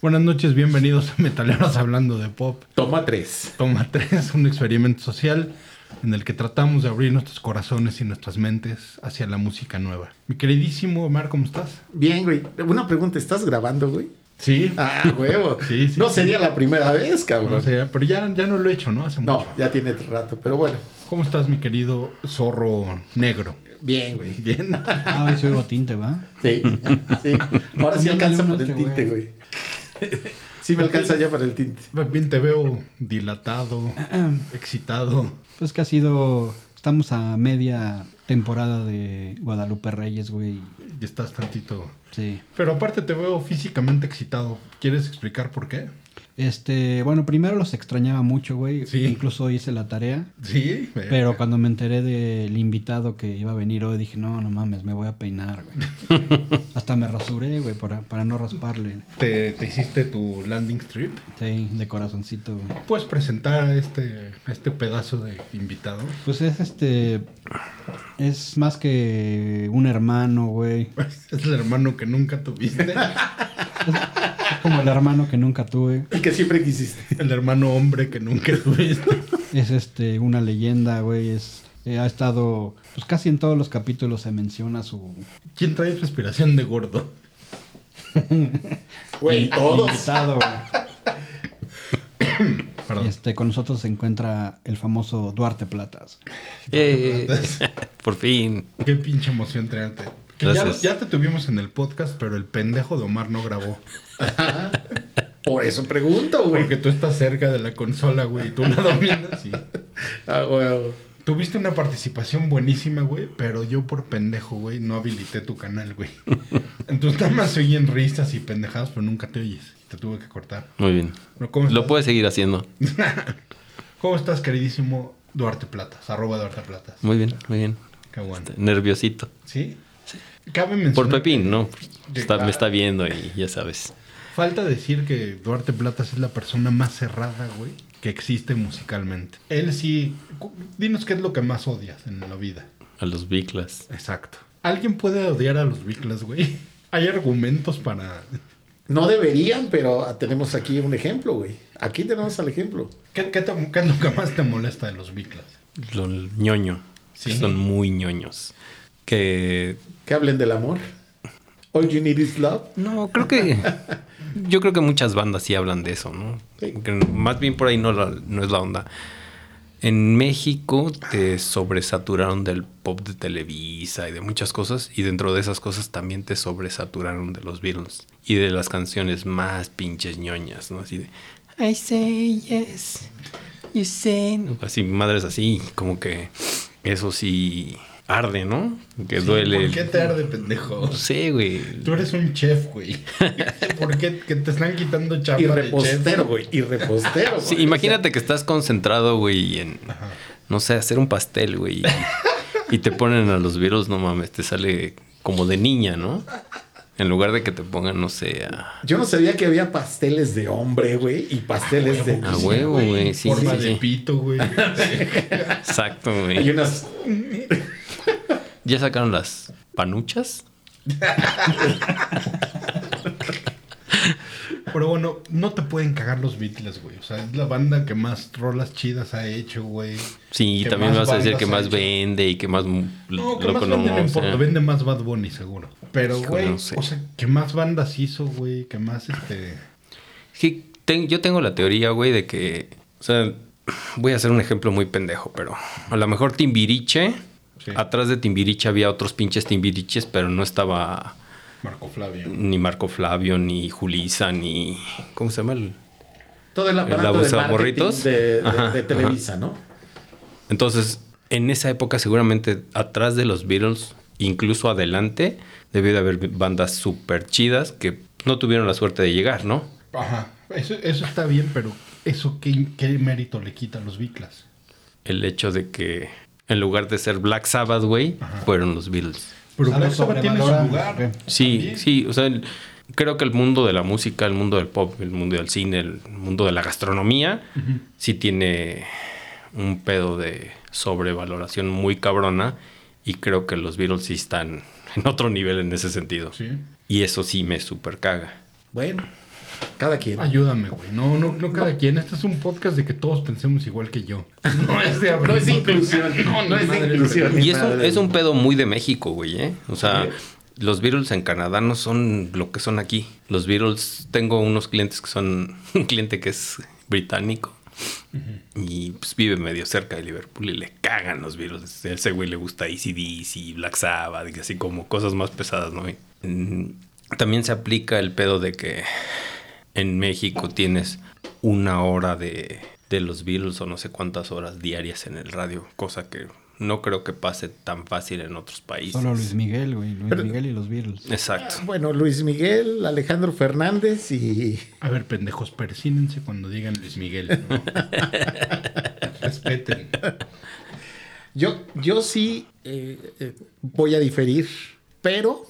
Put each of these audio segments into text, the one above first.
Buenas noches, bienvenidos a Metaleros Hablando de Pop. Toma tres. Toma 3, un experimento social en el que tratamos de abrir nuestros corazones y nuestras mentes hacia la música nueva. Mi queridísimo Omar, ¿cómo estás? Bien, güey. Una pregunta, ¿estás grabando, güey? Sí. Ah, huevo. Sí, sí, no sí. sería la primera vez, O cabrón. sea, pero ya, ya no lo he hecho, ¿no? Hace No, mucho. ya tiene rato, pero bueno. ¿Cómo estás, mi querido zorro negro? Bien, güey. Bien. Ah, hoy subo tinte, ¿va? Sí, sí. Ahora sí Mándale alcanza uno a para el este tinte, güey. Sí me alcanza ya para el tinte. Bien te veo dilatado, excitado. Pues que ha sido. Estamos a media temporada de Guadalupe Reyes, güey. Y estás tantito. Sí. Pero aparte te veo físicamente excitado. ¿Quieres explicar por qué? Este, bueno, primero los extrañaba mucho, güey. Sí. Incluso hice la tarea. Sí. eh, Pero cuando me enteré del invitado que iba a venir hoy, dije, no, no mames, me voy a peinar, güey. Hasta me rasuré, güey, para, para no rasparle. ¿Te, te hiciste tu landing strip. Sí, de corazoncito, güey. ¿Puedes presentar a este, a este pedazo de invitado? Pues es este. Es más que un hermano, güey. Pues, Es el hermano que nunca tuviste. Es como el hermano que nunca tuve. El que siempre quisiste. El hermano hombre que nunca tuviste. Es este una leyenda, güey. Es, eh, ha estado. Pues casi en todos los capítulos se menciona su. ¿Quién trae respiración de gordo? Güey, todos. invitado, güey. Perdón. Este, con nosotros se encuentra el famoso Duarte Platas. Eh, por fin. Qué pinche emoción tenerte. Que ya, Gracias. ya te tuvimos en el podcast, pero el pendejo de Omar no grabó. Por eso pregunto, güey. Porque tú estás cerca de la consola, güey, y tú la dominas. y- Ah, huevo. Tuviste una participación buenísima, güey, pero yo por pendejo, güey, no habilité tu canal, güey. Entonces nada más se oyen risas y pendejadas, pero nunca te oyes. Te tuve que cortar. Muy bien. Pero ¿cómo estás? Lo puedes seguir haciendo. ¿Cómo estás, queridísimo Duarte Platas? Arroba Duarte Platas. Muy bien, muy bien. Qué bueno. Nerviosito. ¿Sí? Cabe Este, Por mencionar... Pepín, ¿no? Sí, Está- ah. me está viendo y ya sabes. Falta decir que Duarte Platas es la persona más cerrada, güey, que existe musicalmente. Él sí... cu- Dinos qué es lo que más odias en la vida. A los biclas. Exacto. ¿Alguien puede odiar a los Biclas, güey? Hay argumentos para... No deberían, pero tenemos aquí un ejemplo, güey. Aquí tenemos al ejemplo. ¿Qué, qué te- qué es lo que más te molesta de los Biclas? Lo ñoño. Sí. Son muy ñoños. Que. Que hablen del amor. All you need is love. No, creo que. Yo creo que muchas bandas sí hablan de eso, ¿no? Sí. Que Más bien por ahí no, la- no es la onda. En México te sobresaturaron del pop de Televisa y de muchas cosas, y dentro de esas cosas también te sobresaturaron de los Beatles y de las canciones más pinches ñoñas, ¿no? Así de I say yes, you say no". Así, madres así, como que eso sí arde, ¿no? Que duele. ¿Por qué te arde, pendejo? No sé, güey. Tú eres un chef, güey. ¿Por qué que te están quitando chamba Y de chef? repostero, güey. Y repostero. güey. Sí, imagínate que estás concentrado, güey, en, Ajá. no sé, hacer un pastel, güey. Y, y te ponen a los virus, no mames, te sale como de niña, ¿no? En lugar de que te pongan, no sé, a... Yo no sabía que había pasteles de hombre, güey, y pasteles de A Ah, huevo, güey, sí, Forma sí, de sí. pito, güey. Exacto, Hay güey. unas. ¿Ya sacaron las panuchas? Pero bueno, no te pueden cagar los Beatles, güey. O sea, es la banda que más rolas chidas ha hecho, güey. Sí, Que también me vas a decir bandas que ha más hecho. vende y que más m- No, que lo más vende no conoce. importa. Vende más Bad Bunny, seguro. Pero, Híjole, güey, no sé. o sea, que más bandas hizo, güey. Que más, este... Sí, ten- yo tengo la teoría, güey, de que. O sea, voy a hacer un ejemplo muy pendejo, pero a lo mejor Timbiriche. Sí. Atrás de Timbiriche había otros pinches Timbiriches, pero no estaba Marco Flavio. ni Marco Flavio, ni Julisa, ni. ¿Cómo se llama? el? Todo el aparato de abusador marketing morritos? de, de- Ajá, de Televisa, ¿no? Entonces, en esa época, seguramente atrás de los Beatles, incluso adelante, debió de haber bandas súper chidas que no tuvieron la suerte de llegar, ¿no? Ajá. Eso, eso está bien, pero... ¿Eso qué, qué mérito le quita a los Beatles? El hecho de que en lugar de ser Black Sabbath, güey, fueron los Beatles. Pero O sea, lo Black Sabbath tiene su sobrevaloran, lugar. ¿ok? Sí, También. sí, o sea, el- creo que el mundo de la música, el mundo del pop, el mundo del cine, el mundo de la gastronomía, sí tiene un pedo de sobrevaloración muy cabrona y creo que los Beatles sí están en otro nivel en ese sentido. Sí. Y eso sí me super caga. Bueno, Cada quien. Ayúdame, güey. No, no, no cada quien. Este es un podcast de que todos pensemos igual que yo. No es de abrir No es de otro- inclusión. No, no No es es de madre, inclusión. güey. Y es un, Madre. es un pedo muy de México, güey, ¿eh? O sea, los Beatles en Canadá no son lo que son aquí. Los Beatles, tengo unos clientes que son, un cliente que es británico y pues, vive medio cerca de Liverpool y le cagan los Beatles. A ese güey le gusta E ACDC, Black Sabbath, y así como cosas más pesadas, ¿no? Y, mm, también se aplica el pedo de que en México tienes una hora de, de los Beatles o no sé cuántas horas diarias en el radio, cosa que no creo que pase tan fácil en otros países. Solo Luis Miguel, güey. Luis Miguel y los Beatles. Exacto. Bueno, Luis Miguel, Alejandro Fernández y. A ver, pendejos, persínense cuando digan Luis Miguel. ¿no? Respeten. Yo, yo sí eh, eh, voy a diferir, pero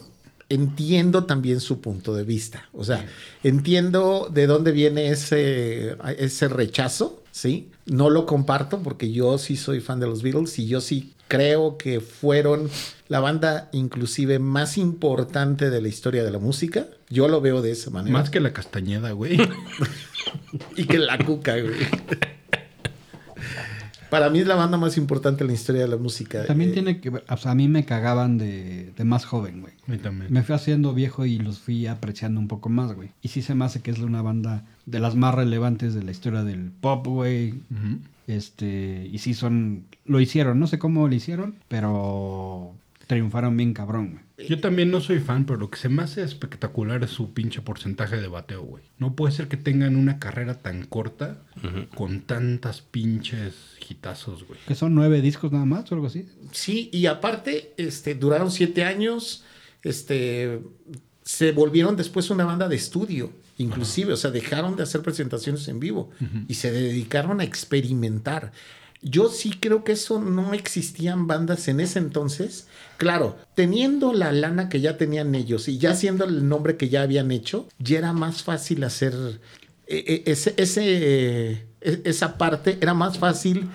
entiendo también su punto de vista. O sea, entiendo de dónde viene ese, ese rechazo, ¿sí? No lo comparto porque yo sí soy fan de los Beatles y yo sí creo que fueron la banda inclusive más importante de la historia de la música. Yo lo veo de esa manera. Más que la castañeda, güey. Y que la cuca, güey. Para mí es la banda más importante en la historia de la música. También Eh, tiene que ver, o sea, a mí me cagaban de, de más joven, güey. A mí también. Me fui haciendo viejo y los fui apreciando un poco más, güey. Y sí se me hace que es una banda de las más relevantes de la historia del pop, güey. Ujú. Este, y sí son, lo hicieron, no sé cómo lo hicieron, pero triunfaron bien cabrón, güey. Yo también no soy fan, pero lo que se me hace espectacular es su pinche porcentaje de bateo, güey. No puede ser que tengan una carrera tan corta con tantas pinches hitazos, güey. Que son nueve discos nada más o algo así. Sí, y aparte, este, duraron siete años, este, se volvieron después una banda de estudio, inclusive, o sea, dejaron de hacer presentaciones en vivo y se dedicaron a experimentar. Yo sí creo que eso no existían bandas en ese entonces. Claro, teniendo la lana que ya tenían ellos y ya siendo el nombre que ya habían hecho, ya era más fácil hacer eh, eh, ese, ese, eh, e- esa parte, era más fácil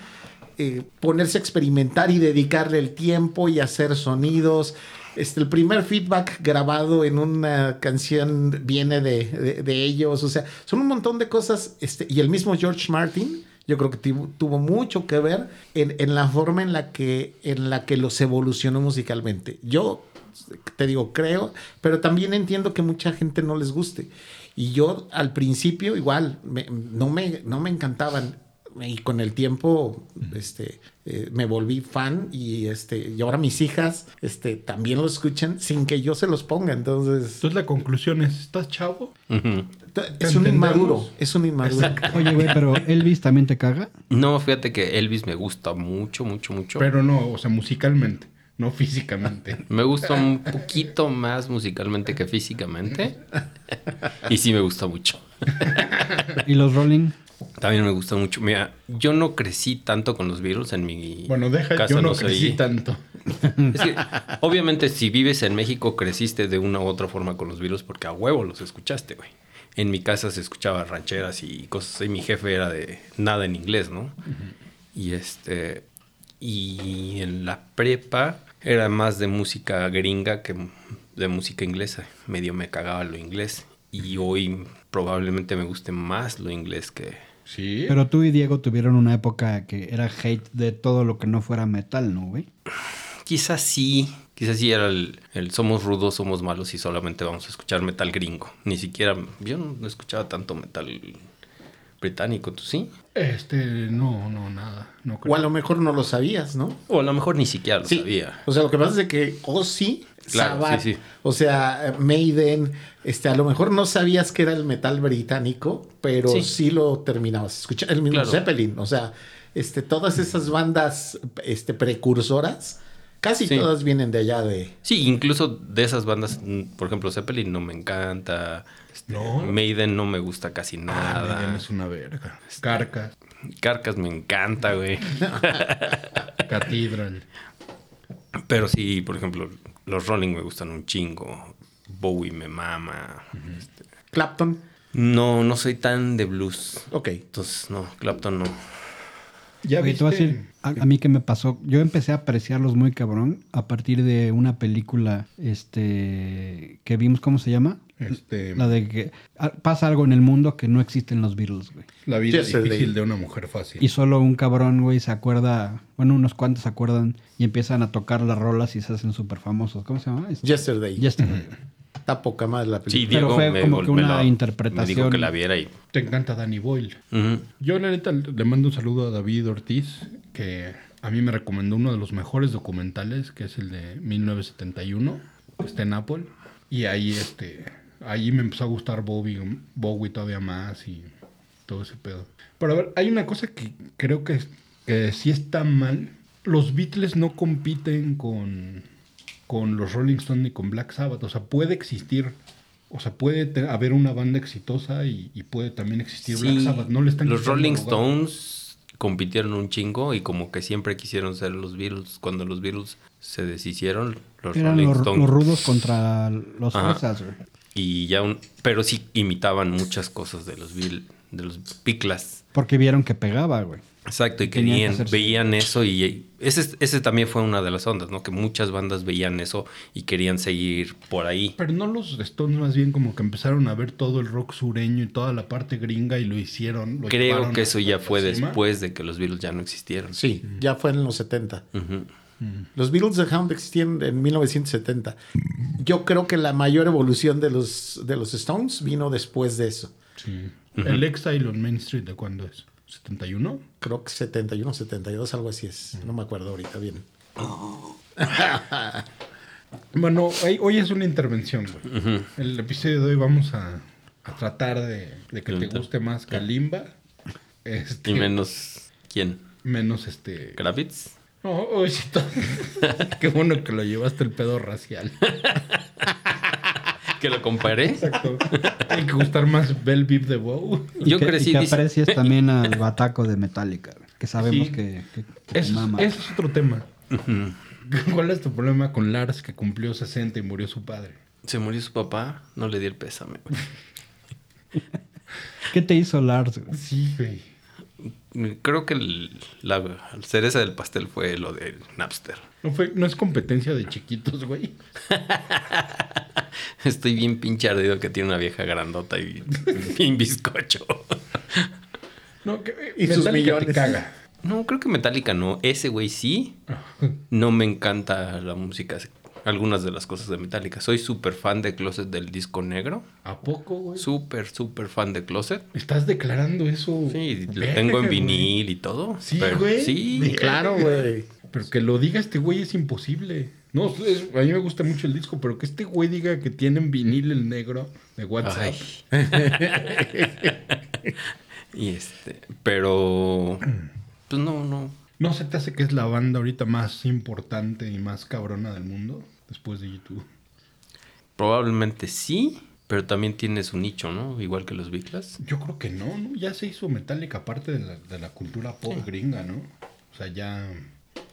eh, ponerse a experimentar y dedicarle el tiempo y hacer sonidos. Este, el primer feedback grabado en una canción viene de, de- de ellos. O sea, son un montón de cosas. Este, y el mismo George Martin, yo creo que tuvo, tuvo mucho que ver en, en la forma en la, que, en la que los evolucionó musicalmente. Yo te digo, creo, pero también entiendo que mucha gente no les guste. Y yo al principio igual, me- no, me, no me encantaban. Y con el tiempo este, eh, me volví fan y, este, y ahora mis hijas este, también lo escuchan sin que yo se los ponga. Entonces, Entonces la conclusión es, ¿estás chavo? Ujú. es entendemos? un inmaduro, es un inmaduro. Oye, güey, pero Elvis también te caga. No, fíjate que Elvis me gusta mucho, mucho, mucho. Pero no, o sea, musicalmente, no físicamente. Me gusta un poquito más musicalmente que físicamente. Y sí me gusta mucho. Y los Rolling, También me gusta mucho. Mira, yo no crecí tanto con los Beatles en mi Bueno, deja, casa yo no, soy- crecí tanto. Es que, obviamente, si vives en México, creciste de una u otra forma con los Beatles porque a huevo los escuchaste, güey. En mi casa se escuchaba rancheras y cosas así. Mi jefe era de nada en inglés, ¿no? Y este. Y en la prepa era más de música gringa que de música inglesa. Medio me cagaba lo inglés. Y hoy probablemente me guste más lo inglés que. Sí. pero tú y Diego tuvieron una época que era hate de todo lo que no fuera metal, ¿no, güey? Quizás sí. Quizás sí era el, el somos rudos, somos malos y solamente vamos a escuchar metal gringo. Ni siquiera. Yo no, no escuchaba tanto metal británico, ¿tú sí? Este, no, no, nada. No creo. O a lo mejor no lo sabías, ¿no? O a lo mejor ni siquiera lo Sí. sabía. O sea, lo que pasa es de que Ozzy, Claro, Sabbath, sí, sí. o sea, Maiden, este, a lo mejor no sabías que era el metal británico, pero Sí. sí, lo terminabas. Escucha, el mismo Claro. Zeppelin, o sea, este, todas esas bandas este, precursoras, casi Sí. todas vienen de allá de... Sí, incluso de esas bandas, mm, por ejemplo, Zeppelin no me encanta. este, No. Maiden no me gusta casi Ah, Miriam nada. es una verga. Carcas, Carcas me encanta, güey. Cathedral. Pero sí, por ejemplo, los Rolling me gustan un chingo. Bowie me mama. Este, Clapton, No, no soy tan de blues. ok. Entonces, no, Clapton no. Ya Oye, viste. te voy a decir, a, a mí que me pasó, yo empecé a apreciarlos muy cabrón a partir de una película este que vimos, ¿cómo se llama? Este, La de que ah, pasa algo en el mundo que no existen los Beatles, güey. la vida Sí, ese difícil de de- una mujer fácil. Y solo un cabrón, güey, se acuerda, bueno, unos cuantos se acuerdan y empiezan a tocar las rolas y se hacen súper famosos. ¿Cómo se llama? Este- Yesterday. Yesterday. Está poca más la Sí, película. Pero Diego fue me, como vol- que me una la- interpretación. Me dijo que la viera y... Te encanta Danny Boyle. Ujú. Yo la neta le mando un saludo a David Ortiz, que a mí me recomendó uno de los mejores documentales, que es el de 1971, que está en Apple. Y ahí este, ahí me empezó a gustar Bobby, Bowie todavía más y todo ese pedo. Pero a ver, hay una cosa que creo que, que sí está mal. Los Beatles no compiten con, con los Rolling Stones ni con Black Sabbath. O sea, puede existir. O sea, puede te- haber una banda exitosa y, y puede también existir Black Sí, Sabbath. No le están los quitando Rolling lugar. Stones compitieron un chingo y como que siempre quisieron ser los Beatles. Cuando los Beatles se deshicieron, los Eran Rolling los, Stones... los rudos contra los Ajá. fresas, güey. Y ya un, pero sí imitaban muchas cosas de los Bill, de los Piclas. Porque vieron que pegaba, güey. Exacto, y Tenían que querían, hacerse. veían eso y ese, ese también fue una de las ondas, ¿no? Que muchas bandas veían eso y querían seguir por ahí. Pero no los Stones más bien como que empezaron a ver todo el rock sureño y toda la parte gringa y lo hicieron. lo Creo llevaron que eso ya hasta fue la cima. después de que los Beatles ya no existieron. Sí, ya fue en los 70. Ujú. Los Beatles dejaron de existir en, en 1970. Yo creo que la mayor evolución de los, de los Stones vino después de eso. Sí. El Exile on Main Street, ¿de cuándo es? ¿71? Creo que 71, 72, algo así es. No me acuerdo ahorita bien. Bueno, hoy, hoy es una intervención. güey. El episodio de hoy vamos a, a tratar de, de que te Pregunta. guste más Kalimba. Este, Y menos quién? menos este. Kravitz. No, hoy sí to- Qué bueno que lo llevaste el pedo racial. Que lo comparé. Exacto. Hay que gustar más Bell Bib de Bow. Yo que, crecí y que dice- aprecias también al bataco de Metallica, güey, que sabemos Sí. que, que- que Eso, mama. es- eso es otro tema. ¿Cuál es tu problema con Lars que cumplió 60 y murió su padre? Se murió su papá, no le di el pésame. ¿Qué te hizo Lars? güey? Sí, güey. Creo que el- la cereza del pastel fue lo de Napster. No, fue, no es competencia de chiquitos, güey. Estoy bien pinche ardido que tiene una vieja grandota y bien bizcocho. No, que, Y sus Metallica te millones. caga. No, creo que Metallica no. Ese güey sí. No me encanta la música. Algunas de las cosas de Metallica. Soy súper fan de Closet del disco negro. ¿A poco, güey? Súper, súper fan de Closet. ¿Estás declarando eso? Sí, lo Verga, tengo en güey. vinil y todo. Sí, pero- güey. Sí. Ve- Claro, güey. Pero que lo diga este güey es imposible. No, es- a mí me gusta mucho el disco, pero que este güey diga que tienen vinil el negro de WhatsApp. Ay. y este, pero pues no, no. ¿No se te hace que es la banda ahorita más importante y más cabrona del mundo? Después de YouTube. Probablemente sí, pero también tiene su nicho, ¿no? Igual que los Biclas. Yo creo que no, ¿no? Ya se hizo Metallica parte de la, de la cultura pop gringa, ¿no? O sea, ya...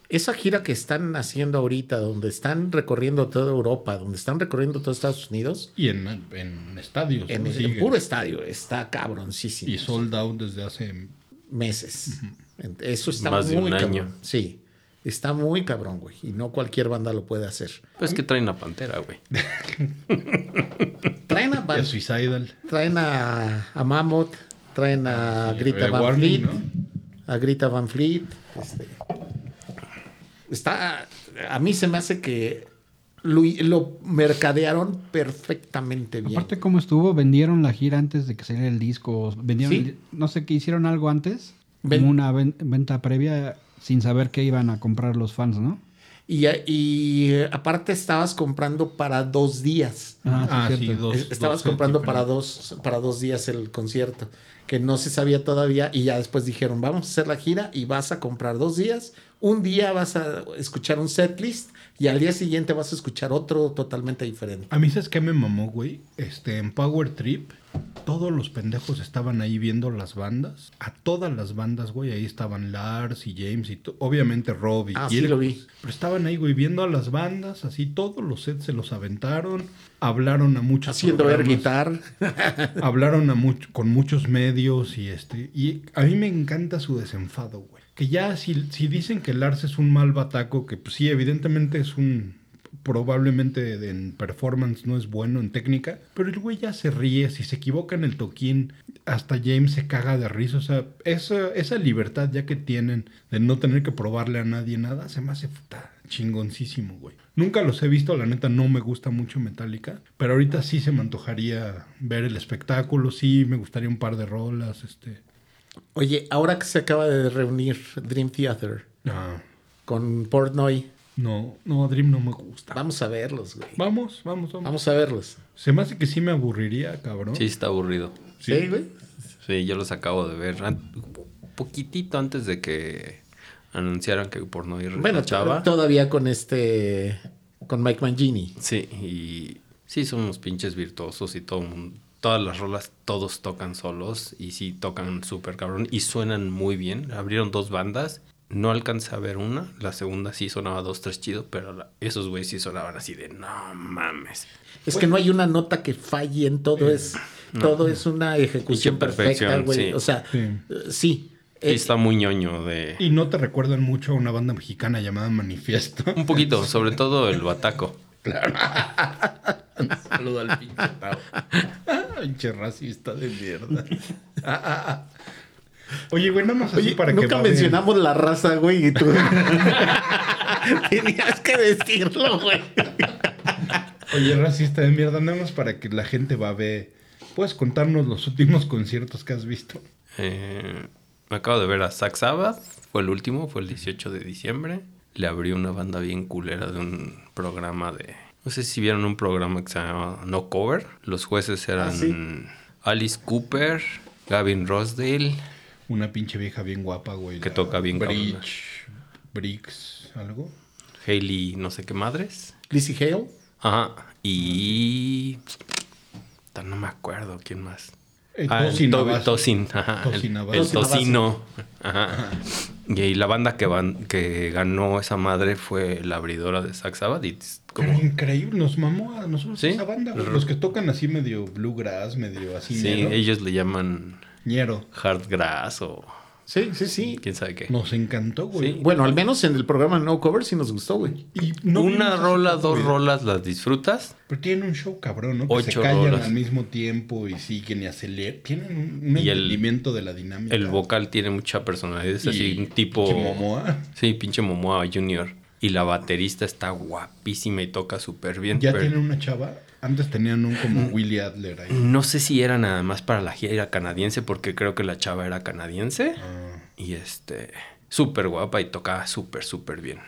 Esa gira que están haciendo ahorita, donde están recorriendo toda Europa, donde están recorriendo todo Estados Unidos, Y en, en estadios. en, Pues ¿no? en Siguen. puro estadio, está cabroncísimo. Y sold out desde hace... meses. Ent- Eso está Más de muy un cabrón. año. Sí, está muy cabrón, güey. Y no cualquier banda lo puede hacer. Pues que traen la pantera, güey. Traen a, Van- Ya Suicidal. traen a, a Mammoth, traen a Sí, Grita eh, Van Warning, Fleet, a Grita Van Fleet. este. Está, a mí se me hace que lo, lo mercadearon perfectamente bien. Aparte, ¿cómo estuvo? Vendieron la gira antes de que saliera el disco. Vendieron, Sí. el di- no sé qué, hicieron algo antes. Ven- como una ven- venta previa sin saber qué iban a comprar los fans, ¿no? y, y, eh, aparte estabas comprando para dos días. Ah, sí, dos. Es- Estabas dos comprando diferentes. para dos, para dos días el concierto, que no se sabía todavía y ya después dijeron, vamos a hacer la gira y vas a comprar dos días, un día vas a escuchar un setlist y al día siguiente vas a escuchar otro totalmente diferente. A mí, ¿sabes qué me mamó, güey? Este, en Power Trip, todos los pendejos estaban ahí viendo las bandas. A todas las bandas, güey. Ahí estaban Lars y James y to- obviamente Robbie. Ah, sí lo vi. Pero estaban ahí, güey, viendo a las bandas. Así todos los sets se los aventaron. Hablaron a muchos. Haciendo ver programas. guitar. hablaron a much- con muchos medios y este y a mí me encanta su desenfado, güey. Que ya si, si dicen que Lars es un mal bataco, que pues, sí, evidentemente es un probablemente en performance no es bueno en técnica, pero el güey ya se ríe, si se equivoca en el toquín, hasta James se caga de risa, o sea, esa, esa libertad ya que tienen de no tener que probarle a nadie nada, se me hace puta chingoncísimo, güey. Nunca los he visto, la neta no me gusta mucho Metallica, pero ahorita sí se me antojaría ver el espectáculo, sí me gustaría un par de rolas, este... Oye, ahora que se acaba de reunir Dream Theater ah, con Portnoy, no, no, Dream no me gusta. vamos a verlos, güey. Vamos, vamos, vamos. Vamos a verlos. Se me hace que sí me aburriría, cabrón. Sí, está aburrido. ¿Sí, güey? Sí, yo los acabo de ver. an- poquitito antes de que anunciaran que por no ir Bueno, chava. todavía con este, con Mike Mangini. Sí, y sí, son unos pinches virtuosos y todo mun- Todas las rolas, todos tocan solos y sí tocan súper cabrón y suenan muy bien. Abrieron dos bandas, no alcancé a ver una, la segunda sí sonaba dos, tres chido, pero la- esos güeyes sí sonaban así de no mames. Es que no hay una nota que falle en todo, es, todo es una ejecución Pinche Eh, perfección, perfecta, güey. sí. O sea, Sí. eh, sí. Sí, Eh, está muy ñoño de... Y no te recuerdan mucho a una banda mexicana llamada Manifiesto. Un poquito, sobre todo el bataco. Saludo al pinche Tao. Pinche racista de mierda. Ah, Oye, güey, nada más así oye, para que. nunca vaden. mencionamos la raza, güey, y tú... Tenías que decirlo, güey. Oye, racista de mierda, nada más para que la gente babe. ¿Puedes contarnos los últimos conciertos que has visto? Eh, me acabo de ver a Zack Sabbath. Fue el último, fue el 18 de diciembre. Le abrió una banda bien culera de un programa de. No sé si vieron un programa que se llamaba No Cover. Los jueces eran Ah, sí. Alice Cooper, Gavin Rosdale. Una pinche vieja bien guapa, güey. Que la toca bien cabrona. Bridge, Bricks, algo. Hayley, no sé qué madres. Lizzie Hale. Ajá. Y. puta, No me acuerdo quién más. Eh, Ah, el Tosin to- Abas. Tosin, ajá, el- Tosinabas. el Tosinabas. tocino. ajá. Y, ahí la banda que, van, que ganó esa madre fue la abridora de Zack Sabbath. y es Pero como- increíble, nos mamó a nosotros ¿Sí? esa banda, güey. Los que tocan así medio bluegrass, medio así. sí, ñero. ellos le llaman Ñero. hard grass o Sí, sí, sí. quién sabe qué. Nos encantó, güey. Sí. Bueno, al menos en el programa No Cover sí nos gustó, güey. Y no Una vimos rola, ese dos video. rolas las disfrutas. Pero tienen un show cabrón, ¿no? Que se Ocho callan rolas. al mismo tiempo y siguen y aceleran. Tienen un, un Y el- entendimiento de la dinámica. El vocal tiene mucha personalidad, es Y- así un tipo... Che Momoa. Sí, pinche Momoa Junior. Y la baterista está guapísima y toca súper bien. Ya pero- tienen una chava. Antes tenían un como Willy Adler ahí. No sé si era nada más para la gira canadiense, porque creo que la chava era canadiense. Ah, Y este, súper guapa y tocaba súper, súper bien.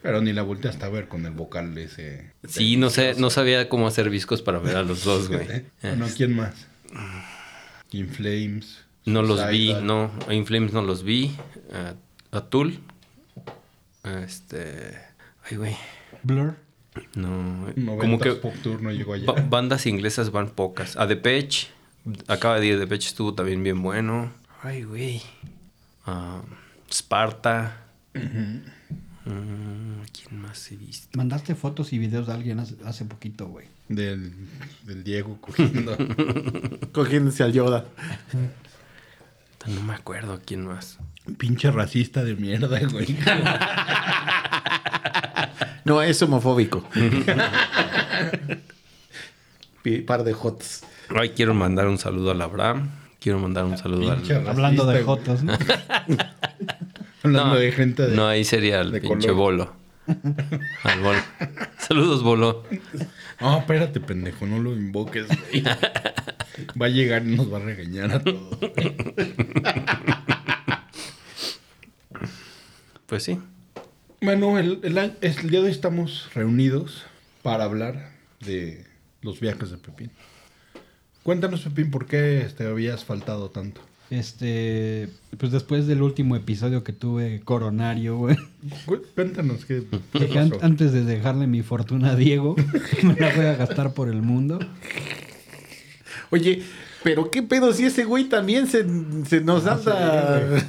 pero ni la volteé hasta ver con el vocal de ese. Sí, no sé, no sabía cómo hacer discos para ver a los dos, güey. ¿Eh? Eh. Bueno, ¿quién más? In Flames. No los vi, Suicidal. no, a Inflames no los vi. eh, A, a Tool. a Este, ay, güey. Blur. No, como Noventas que Pop Tour no llegó allá. ba- bandas inglesas van pocas. A Depeche, acaba de ir Depeche, estuvo también bien bueno. Ay, güey. Ah, Sparta. Mm, ¿Quién más he visto? Mandaste fotos y videos de alguien hace, hace poquito, güey. Del, del Diego cogiendo. Cogiéndose al Yoda. No me acuerdo quién más. Pinche racista de mierda, güey. No, es homofóbico. Pi- Par de jotas. Ay, quiero mandar un saludo al Abraham. Quiero mandar un saludo al. Pinche racista, Hablando de Pues güey. Jotos, ¿no? Hablando de gente de. no, ahí sería el de pinche color. bolo. Al bolo. Saludos, bolo. No, espérate, pendejo, no lo invoques, güey. Va a llegar y nos va a regañar a todos. güey. Pues sí. Bueno, el, el a- es- el día de hoy estamos reunidos para hablar de los viajes de Pepín. Cuéntanos, Pepín, por qué te habías faltado tanto. Este, pues después del último episodio que tuve coronario, güey. Cu- Cuéntanos qué, qué Dije, an- pasó. antes de dejarle mi fortuna a Diego, me la voy a gastar por el mundo. Oye, pero qué pedo si ese güey también se, se nos Ah, anda.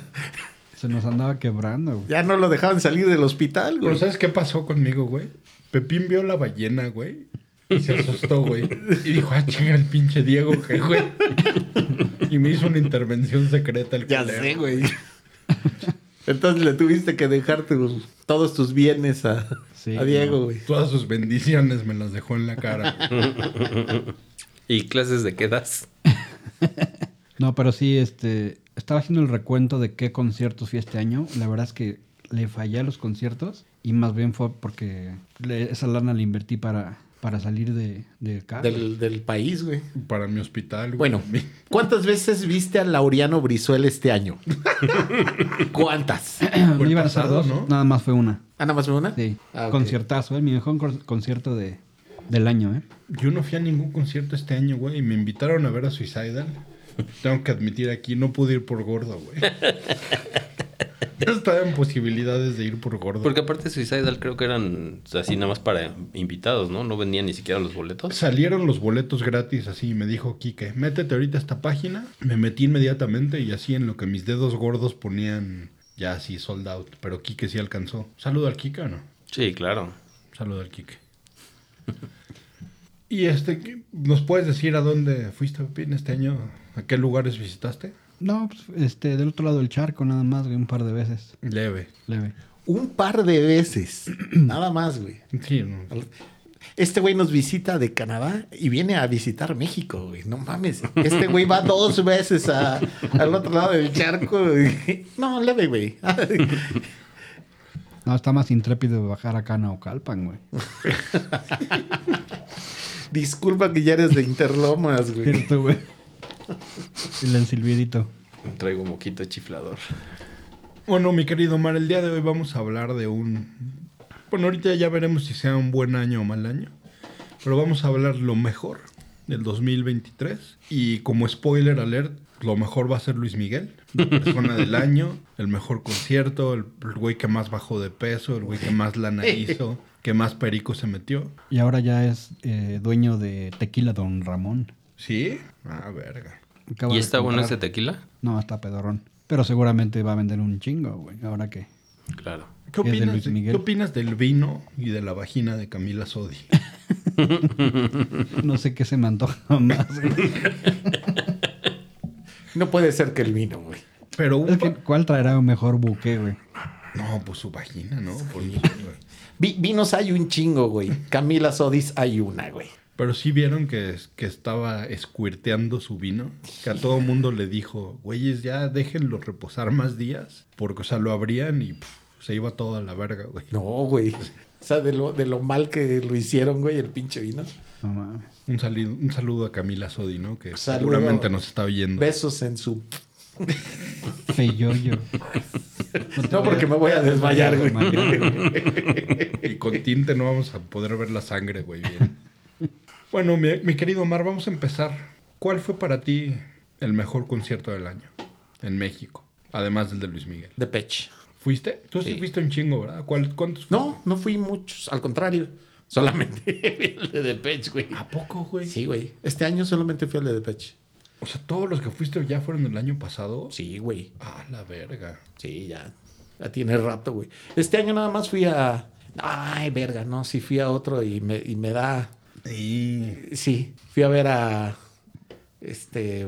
Se nos andaba quebrando, güey. ya no lo dejaban salir del hospital, Pero Pues güey. ¿sabes qué pasó conmigo, güey? Pepín vio la ballena, güey. Y se asustó, güey. Y dijo, ah, chinga el pinche Diego, que, güey. Y me hizo una intervención secreta el Ya culero. sé, güey. Entonces le tuviste que dejar tus- todos tus bienes a, Sí, a Diego, no. güey. Todas sus bendiciones me las dejó en la cara. güey. ¿Y clases de qué das? No, pero sí, este, estaba haciendo el recuento de qué conciertos fui este año. La verdad es que le fallé a los conciertos y más bien fue porque le- esa lana la invertí para, para salir de, de acá. Del, del país, güey. Para mi hospital, güey. Bueno, también. ¿cuántas veces viste a Laureano Brizuela este año? ¿Cuántas? Ah, No iban a ser pasado, dos, ¿no? nada más fue una. nada más una. Sí, Ah, ok. conciertazo, ¿eh? mi mejor cor- concierto de, del año, ¿eh? Yo no fui a ningún concierto este año, güey. Y me invitaron a ver a Suicidal. Tengo que admitir aquí, no pude ir por gordo, güey. No estaba en posibilidades de ir por gordo. Porque aparte Suicidal creo que eran así nada más para invitados, ¿no? No vendían ni siquiera los boletos. Salieron los boletos gratis así y me dijo Quique, métete ahorita a esta página. Me metí inmediatamente y así en lo que mis dedos gordos ponían ya así sold out. Pero Quique sí alcanzó. Saludo al Quique o no? Sí, claro. Saludo al Quique. Y este, ¿qué- ¿nos puedes decir a dónde fuiste, Pepín, este año? ¿A qué lugares visitaste? No, pues, este, del otro lado del charco, nada más, güey, un par de veces. Leve. Leve. Un par de veces. nada más, güey. Sí, no. Este güey nos visita de Canadá y viene a visitar México, güey. No mames. Este güey va dos veces a- al otro lado del charco. güey. No, leve, güey. No, está más intrépido bajar acá a Naucalpan, güey. Disculpa que ya eres de Interlomas, güey. Cierto, güey. El ensilvidito. Traigo moquito chiflador. Bueno, mi querido Omar, el día de hoy vamos a hablar de un... Bueno, ahorita ya veremos si sea un buen año o mal año, pero vamos a hablar lo mejor del 2023 y como spoiler alert, lo mejor va a ser Luis Miguel, la persona del año, el mejor concierto, el, el güey que más bajó de peso, el güey que más lana hizo, que más perico se metió. Y ahora ya es eh, dueño de Tequila Don Ramón. ¿Sí? Ah, verga. Acaba ¿Y de está bueno comprar- ese tequila? No, está pedorrón. Pero seguramente va a vender un chingo, güey. Ahora que. Claro. ¿Qué Es de opinas, Luis de- Miguel. ¿Qué opinas del vino y de la vagina de Camila Sodi? No sé qué se me antoja más, güey. No puede ser que el vino, güey. Pero un Es que, pa- ¿cuál traerá un mejor buque, güey? No, pues su vagina, ¿no? Por- Vi- vinos hay un chingo, güey. Camila Sodis hay una, güey. Pero sí vieron que, que estaba escuirteando su vino. Que a todo mundo le dijo, güeyes, ya déjenlo reposar más días. Porque, o sea, lo abrían y pf, se iba todo a la verga, güey. No, güey. O sea, de lo, de lo mal que lo hicieron, güey, el pinche vino. No mames. Un, sali- un saludo a Camila Sodi, ¿no? Que Saludo. seguramente nos está oyendo. Besos en su... Feyoyo. No, porque me voy a desmayar, güey. Y con tinte no vamos a poder ver la sangre, güey. bien. Bueno, mi, mi querido Omar, vamos a empezar. ¿Cuál fue para ti el mejor concierto del año en México? Además del de Luis Miguel. De pech. ¿Fuiste? Tú sí, Sí. fuiste un chingo, ¿verdad? ¿Cuál- ¿Cuántos No, no fui muchos. Al contrario. Solamente el de Depeche, güey. ¿A poco, güey? Sí, güey. Este año solamente fui al de Depeche. O sea, todos los que fuiste ya fueron el año pasado. Sí, güey. Ah, la verga. Sí, ya. Ya tiene rato, güey. Este año nada más fui a... Ay, verga, no. Sí fui a otro y me, y me da... Y Sí, fui a ver a este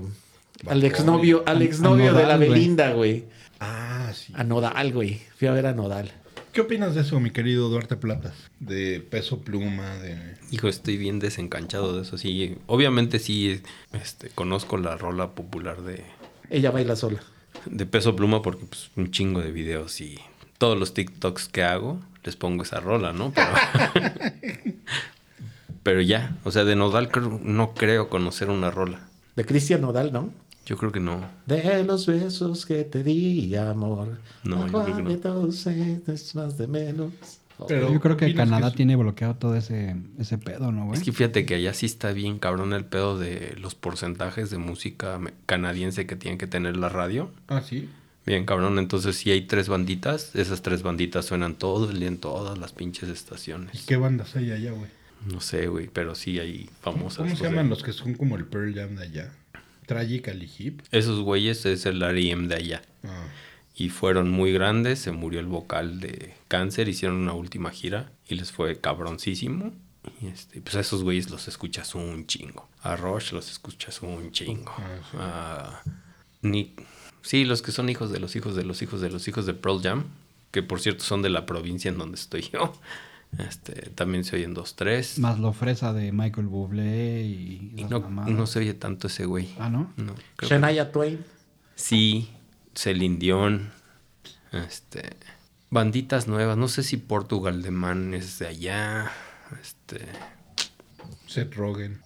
al Bad exnovio, al exnovio a de la Nodal, güey. Belinda, güey. Ah, sí. A Nodal, güey. Fui a ver a Nodal. ¿Qué opinas de eso, mi querido Duarte Platas? De peso pluma, de. Hijo, estoy bien desencanchado de eso. Sí, obviamente sí este, conozco la rola popular de, Ella baila sola. de Peso Pluma porque pues un chingo de videos y todos los TikToks que hago les pongo esa rola, ¿no? Pero, pero ya, o sea, de Nodal creo- no creo conocer una rola. De Cristian Nodal, ¿no? Yo creo que no. De los besos que te di, amor. No, yo creo que no. no. es más de menos. Pero- Yo creo que ¿Opinas que Canadá es- tiene bloqueado todo ese, ese pedo, ¿no, güey? Es que fíjate que allá sí está bien cabrón el pedo de los porcentajes de música me- canadiense que tiene que tener la radio. Ah, sí. Bien cabrón, entonces si hay tres banditas, esas tres banditas suenan todo el día en todas las pinches ¿Y estaciones. qué bandas hay allá, güey? No sé, güey, pero sí hay famosas. ¿Cómo o se sea. llaman los que son como el Pearl Jam de allá? Tragically Hip. Esos güeyes es el R.E.M. de allá. Ah. Y fueron muy grandes, se murió el vocal de cáncer, hicieron una última gira y les fue cabroncísimo. Y este, pues a esos güeyes los escuchas un chingo. A Rush los escuchas un chingo. Ah, sí. A Nick, Sí, los que son hijos de los hijos de los hijos de los hijos de Pearl Jam, que por cierto son de la provincia en donde estoy yo. Este, también se oyen dos, tres. Más lo fresa de Michael Bublé y, Y las no, mamadas. no se oye tanto ese güey. Ah, ¿no? No, creo que- Shania Twain. Sí, Celine Dion, este, banditas nuevas, no sé si Portugal de Man es de allá, este, Seth Rogen.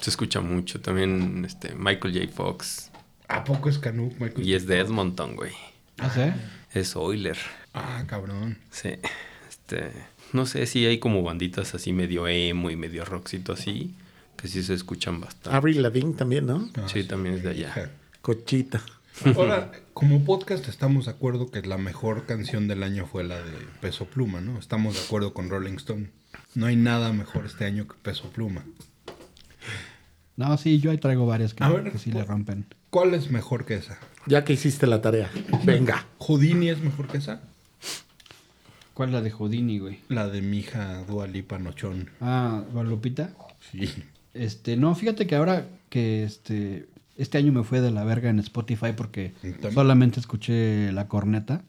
se escucha mucho también, este, Michael J. Fox ¿A poco es Canú? Michael? y es de Edmonton, güey, Ah, ¿sí? es Oiler, Ah, cabrón. sí, este, no sé si hay como banditas así medio emo y medio rockcito así, que sí se escuchan bastante, Avril Lavigne también, ¿no? Ah, sí, también es de allá, hija. Cochita. Ahora, como podcast estamos de acuerdo que la mejor canción del año fue la de Peso Pluma, ¿no? Estamos de acuerdo con Rolling Stone. No hay nada mejor este año que Peso Pluma. No, sí, yo ahí traigo varias que, A ver, que sí le rompen. ¿Cuál es mejor que esa? Ya que hiciste la tarea. Venga. ¿Houdini es mejor que esa? ¿Cuál es la de Houdini, güey? La de mi hija Dualipa Nochón. Ah, Guadalupita. Sí. Este, no, fíjate que ahora que este este año me fue de la verga en Spotify porque También. solamente escuché la corneta.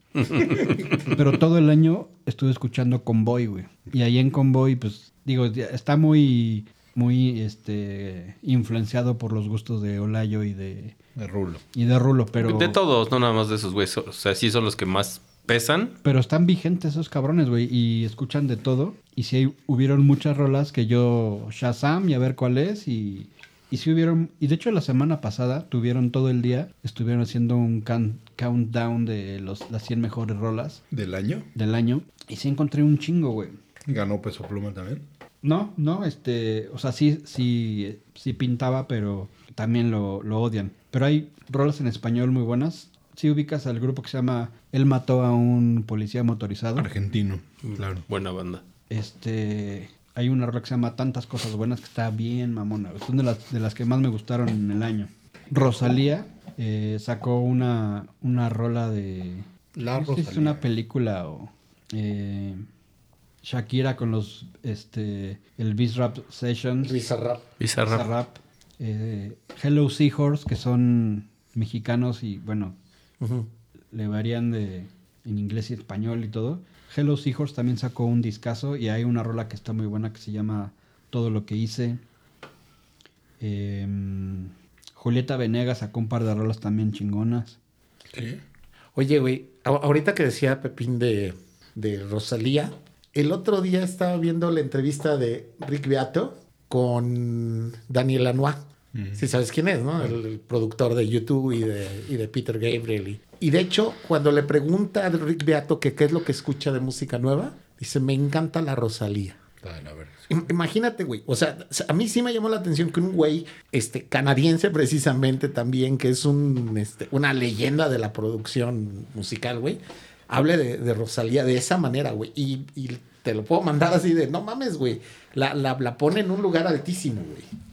Pero todo el año estuve escuchando Convoy, güey. Y ahí en Convoy, pues, digo, ya está muy, muy, este, influenciado por los gustos de Olayo y de, De Rulo. y de Rulo, pero... de todos, no nada más de esos güeyes, o sea, sí son los que más pesan, Pero están vigentes esos cabrones, güey, y escuchan de todo. Y sí hubieron muchas rolas que yo Shazam y a ver cuál es. Y, y sí hubieron... Y de hecho la semana pasada tuvieron todo el día, estuvieron haciendo un can- countdown de los, las 100 mejores rolas ¿Del año? del año. Y sí encontré un chingo, güey. Ganó Peso Pluma también. No, no, este... O sea, sí, sí, sí pintaba, pero también lo, lo odian. Pero hay rolas en español muy buenas. Si ubicas al grupo que se llama Él mató a un policía motorizado. Argentino. Claro. buena banda. Este. Hay una rola que se llama Tantas Cosas Buenas que está bien mamona. güey. Son de las, de las que más me gustaron en el año. Rosalía eh, sacó una, una rola de. La no sé si es Ah, Rosalía. una película o. eh, Shakira con los. Este. El Beast Rap Sessions. Bizarrap. Bizarra. Bizarrap, eh, Hello Seahorse, que son mexicanos y bueno, le varían de en inglés y español y todo. Hello Seahorse también sacó un discazo y hay una rola que está muy buena que se llama Todo lo que hice. Em, Julieta Venegas sacó un par de rolas también chingonas. Sí. Oye, güey, a- ahorita que decía Pepín de, de Rosalía, el otro día estaba viendo la entrevista de Rick Beato con Daniel Lanois. Si sabes quién es, ¿no? El, el productor de YouTube y de, y de Peter Gabriel. Y, y de hecho, cuando le pregunta a Rick Beato que qué es lo que escucha de música nueva, dice, me encanta la Rosalía. Está de la verga. sí. Im- Imagínate, güey. O sea, s- a mí sí me llamó la atención que un güey este, canadiense, precisamente también, que es un, este, una leyenda de la producción musical, güey, hable de, de Rosalía de esa manera, güey. Y, y te lo puedo mandar así de, no mames, güey. La, la, la pone en un lugar altísimo, güey.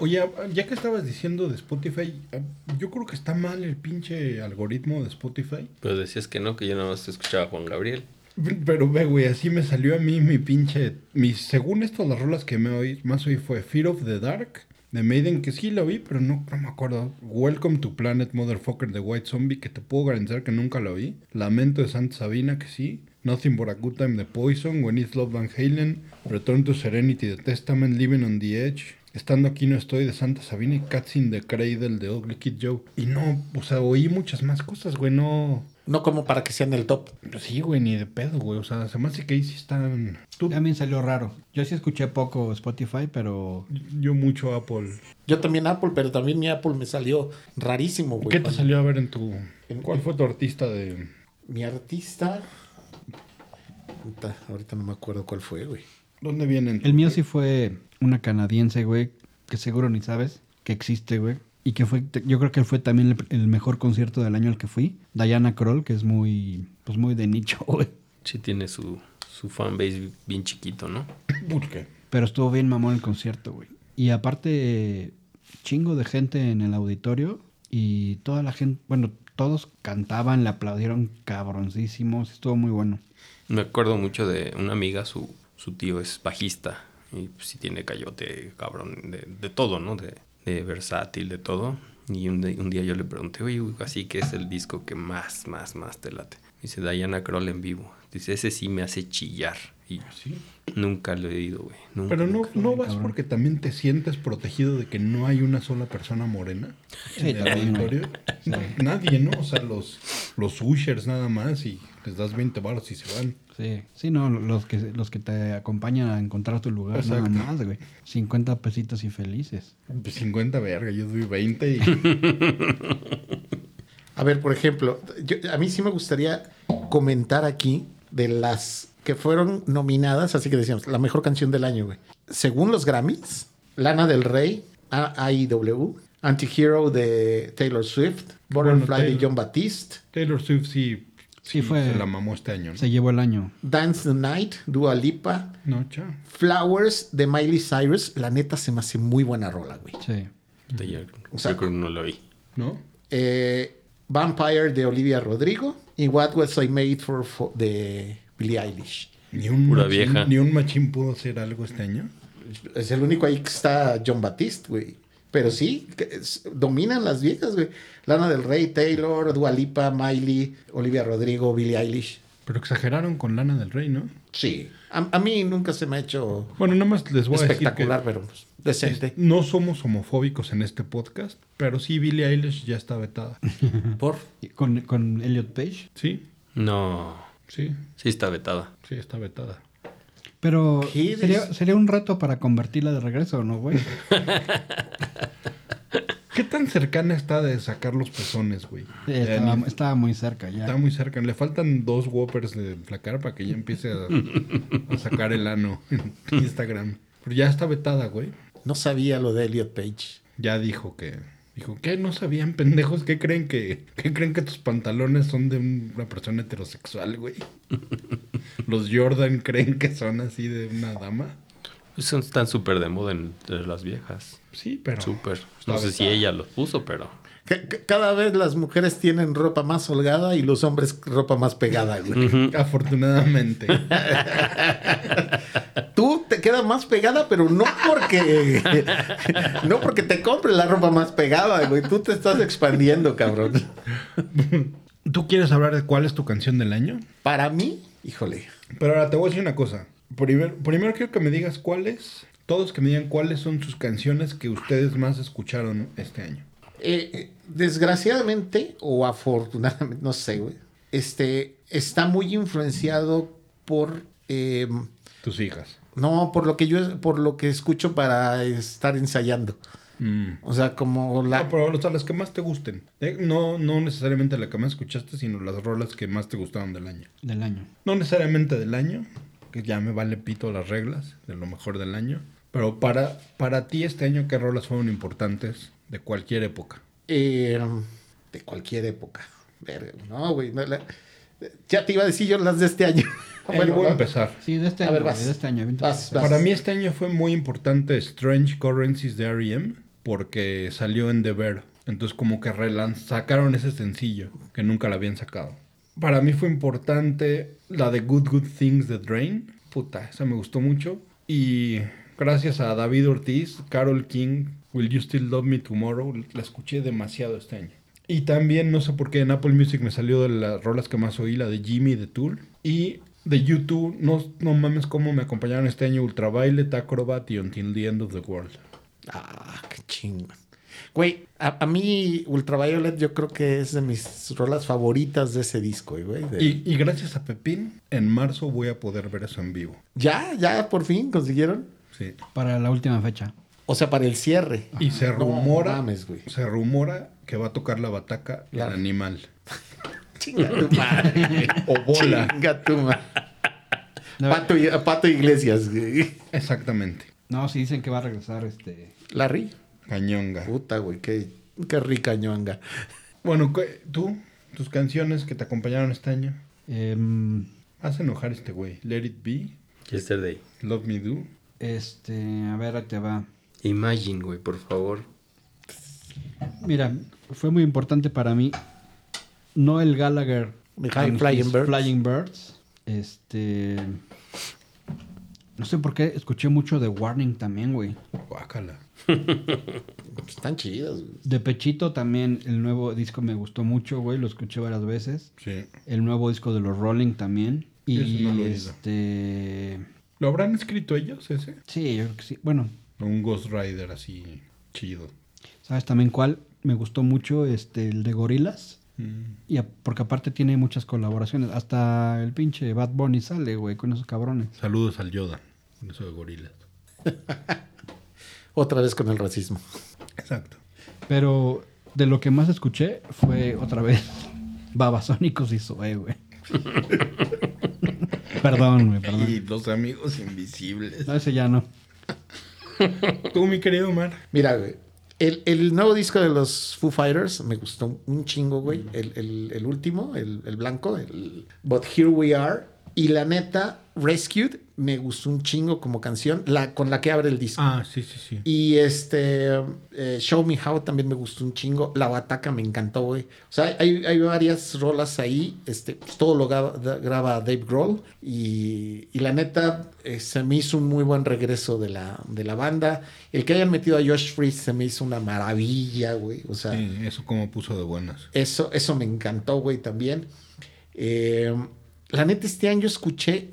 Oye, ya que estabas diciendo de Spotify, yo creo que está mal el pinche algoritmo de Spotify. Pero decías que no, que yo nada más escuchaba a Juan Gabriel. Pero ve, güey, así me salió a mí mi pinche. Mis, según esto, las rolas que me oí, más oí fue Fear of the Dark de Maiden, que sí la oí, pero no, no me acuerdo. Welcome to Planet Motherfucker de White Zombie, que te puedo garantizar que nunca la oí. Lamento de Santa Sabina, que sí. Nothing But a Good Time de Poison, When It's Love Van Halen, Return to Serenity de Testament, Living on the Edge. Estando aquí no estoy de Santa Sabina y Cats in the Cradle de Ugly Kid Joe. Y no, o sea, oí muchas más cosas, güey, no. No como para que sea en el top. Pues Sí, güey, ni de pedo, güey. O sea, se me hace que ahí sí están. Tú, También salió raro. Yo sí escuché poco Spotify, pero yo mucho Apple. Yo también Apple, pero también mi Apple me salió rarísimo, güey. ¿Qué te Cuando- salió a ver en tu. ¿En ¿Cuál fue tu artista de.? Mi artista... Puta, ahorita no me acuerdo cuál fue, güey. ¿Dónde vienen? El mío sí fue una canadiense, güey, que seguro ni sabes que existe, güey. Y que fue, te- yo creo que fue también el, el mejor concierto del año al que fui. Diana Kroll, que es muy, pues muy de nicho, güey. Sí tiene su, su fanbase bien chiquito, ¿no? ¿Por qué? Pero estuvo bien mamón el concierto, güey. Y aparte, chingo de gente en el auditorio. Y toda la gente, bueno, todos cantaban, le aplaudieron cabroncísimos. Estuvo muy bueno. Me acuerdo mucho de una amiga, su, su tío es bajista. Y pues, sí tiene cayote, cabrón, de, de todo, ¿no? De, de versátil, de todo. Y un, de- un día yo le pregunté, oye, güey, así que es el disco que más, más, más te late. Dice Diana Kroll en vivo. Dice, ese sí me hace chillar. Y Ah, Sí. nunca lo he oído, güey. Nunca, Pero no, nunca. no vas porque también te sientes protegido de que no hay una sola persona morena Sí, en el también, güey. auditorio. Nadie, ¿no? O sea, los, los ushers nada más y les das 20 baros y se van. Sí, sí, no, los que, los que te acompañan a encontrar tu lugar Exacto. nada más, güey. 50 pesitos y felices. Pues 50 verga, yo doy 20 y A ver, por ejemplo, yo- a mí sí me gustaría comentar aquí de las que fueron nominadas, así que decíamos, la mejor canción del año, güey. Según los Grammys, Lana del Rey, A- AIW, Antihero de Taylor Swift, Butterfly Bueno, de Taylor- John Batiste, Taylor Swift sí, Sí, fue- se la mamó este año. ¿no? Se llevó el año. Dance the Night, Dua Lipa, No, chao. Flowers de Miley Cyrus. La neta se me hace muy buena rola, güey. Sí. Puta, ya- O sea- yo creo que no lo oí. ¿No? Eh, Vampire de Olivia Rodrigo y What Was I Made For, for- de Billie Eilish. Ni un, Pura machín, vieja. ni un machín pudo hacer algo este año. Es el único ahí que está John Batiste, güey. Pero sí, que es- dominan las viejas, güey. Lana del Rey, Taylor, Dua Lipa, Miley, Olivia Rodrigo, Billie Eilish. Pero exageraron con Lana del Rey, ¿no? Sí. A, a mí nunca se me ha hecho Bueno, nada más les voy a decir que espectacular, pero pues, decente. no somos homofóbicos en este podcast, pero sí Billie Eilish ya está vetada. ¿Por? Y Con, con Elliot Page. Sí, No. sí, Sí está vetada. sí está vetada. Pero ¿Qué sería, dices? sería un reto para convertirla de regreso, ¿no, güey? ¿Qué tan cercana está de sacar los pezones, güey? Sí, Ya Eh, estaba, ni- estaba muy cerca ya. está muy cerca. Le faltan dos whoppers de flacar para que ya empiece a, a sacar el ano en Instagram. Pero ya está vetada, güey. No sabía lo de Elliot Page. Ya dijo que... Dijo, ¿qué? ¿No sabían, pendejos? ¿Qué creen que, qué creen que tus pantalones son de un- una persona heterosexual, güey? ¿Los Jordan creen que son así de una dama? Pues son- están súper de moda entre las viejas. Sí, pero... Súper. está No sé si vetada. ella los puso, pero... Ca- ca- Cada vez las mujeres tienen ropa más holgada y los hombres ropa más pegada, güey. Afortunadamente. Tú te queda más pegada, pero no porque no porque te compres la ropa más pegada, güey. Tú te estás expandiendo, cabrón. ¿Tú quieres hablar de cuál es tu canción del año? Para mí, híjole, Pero ahora te voy a decir una cosa. Primer- primero quiero que me digas cuáles, todos que me digan cuáles son sus canciones que ustedes más escucharon este año. eh, eh, desgraciadamente o afortunadamente, no sé, güey, este está muy influenciado por eh, Tus hijas. no por lo que yo por lo que escucho para estar ensayando. Mm. O sea, como la Ah, pero, o sea, las que más te gusten. Eh, No, no necesariamente la que más escuchaste, sino las rolas que más te gustaron del año. Del año. No necesariamente del año, que ya me vale pito las reglas, de lo mejor del año. Pero para, para ti este año, ¿qué rolas fueron importantes de cualquier época? Eh, de cualquier época. Verga, no, güey. no, la- ya te iba a decir yo las de este año. Ahí voy a va. empezar. Sí, de este A año. ver, güey, vas. de este año. aviéntate. Vas, vas. Para mí este año fue muy importante Strange Currencies de R.E.M. porque salió en The Bear. Entonces como que relan- sacaron ese sencillo que nunca la habían sacado. Para mí fue importante la de Good Good Things de Drain. Puta, esa me gustó mucho. Y gracias a David Ortiz, Carol King, Will You Still Love Me Tomorrow, la escuché demasiado este año. Y también, no sé por qué, en Apple Music me salió de las rolas que más oí, la de Jimmy de Tool. Y de YouTube, no, no mames cómo me acompañaron este año Ultra Violet, Acrobat y Until the End of the World. Ah, qué chingón. Güey, a, a mí Ultraviolet yo creo que es de mis rolas favoritas de ese disco, eh, güey. de- Y, y gracias a Pepín, en marzo voy a poder ver eso en vivo. Ya, ya, por fin consiguieron. Sí. Para la última fecha. O sea, para el cierre. Y se Ah, No rumora, mames, güey. se rumora que va a tocar la bataca el Claro. animal. Chinga tu madre. güey. O bola. Chinga tu madre. No, Pato, I- Pato Iglesias, güey. Exactamente. no, sí dicen que va a regresar este. Larry. Cañonga. Puta, güey, qué, qué rica ñonga. Bueno, ¿qué- tú, tus canciones que te acompañaron este año. em, Haz enojar este güey. Let It Be, Yesterday. Love Me Do. este. A ver, ahí te va. Imagine, güey, por favor. Mira, fue muy importante para mí. Noel Gallagher. The High and Flying his Birds. Flying Birds. Este. No sé por qué escuché mucho de Warning también, güey. Guácala. Están chidas. güey. De Pechito también el nuevo disco me gustó mucho, güey, lo escuché varias veces. Sí. El nuevo disco de los Rolling también. Y Eso no lo he oído. este... ¿Lo habrán escrito ellos ese? Sí, yo creo que sí. Bueno, Un Ghost Rider así chido. ¿sabes también cuál? Me gustó mucho este, el de Gorilas. Mm. Y a- porque aparte tiene muchas colaboraciones. Hasta el pinche Bad Bunny sale, güey, con esos cabrones. Saludos al Yoda, con eso de gorilas. Otra vez con el racismo. Exacto. Pero de lo que más escuché fue otra vez Babasónicos y Zoe, güey. perdón, güey, Y perdón. los amigos invisibles. No, ese ya no. Tú, mi querido Omar. Mira, güey. El, el nuevo disco de los Foo Fighters me gustó un chingo, güey. El, el- el último, el, el blanco, el But Here We Are. Y la neta, Rescued, me gustó un chingo como canción, la con la que abre el disco. Ah, sí, sí, sí. Y este, eh, Show Me How también me gustó un chingo. La Bataca me encantó, güey. O sea, hay, hay varias rolas ahí. Este, pues, todo lo graba, da- graba Dave Grohl. Y, y la neta, eh, se me hizo un muy buen regreso de la, de la banda. El que hayan metido a Josh Freeze se me hizo una maravilla, güey. O sea, Sí, eso como puso de buenas. eso, eso me encantó, güey, también. Eh, la neta, este año escuché,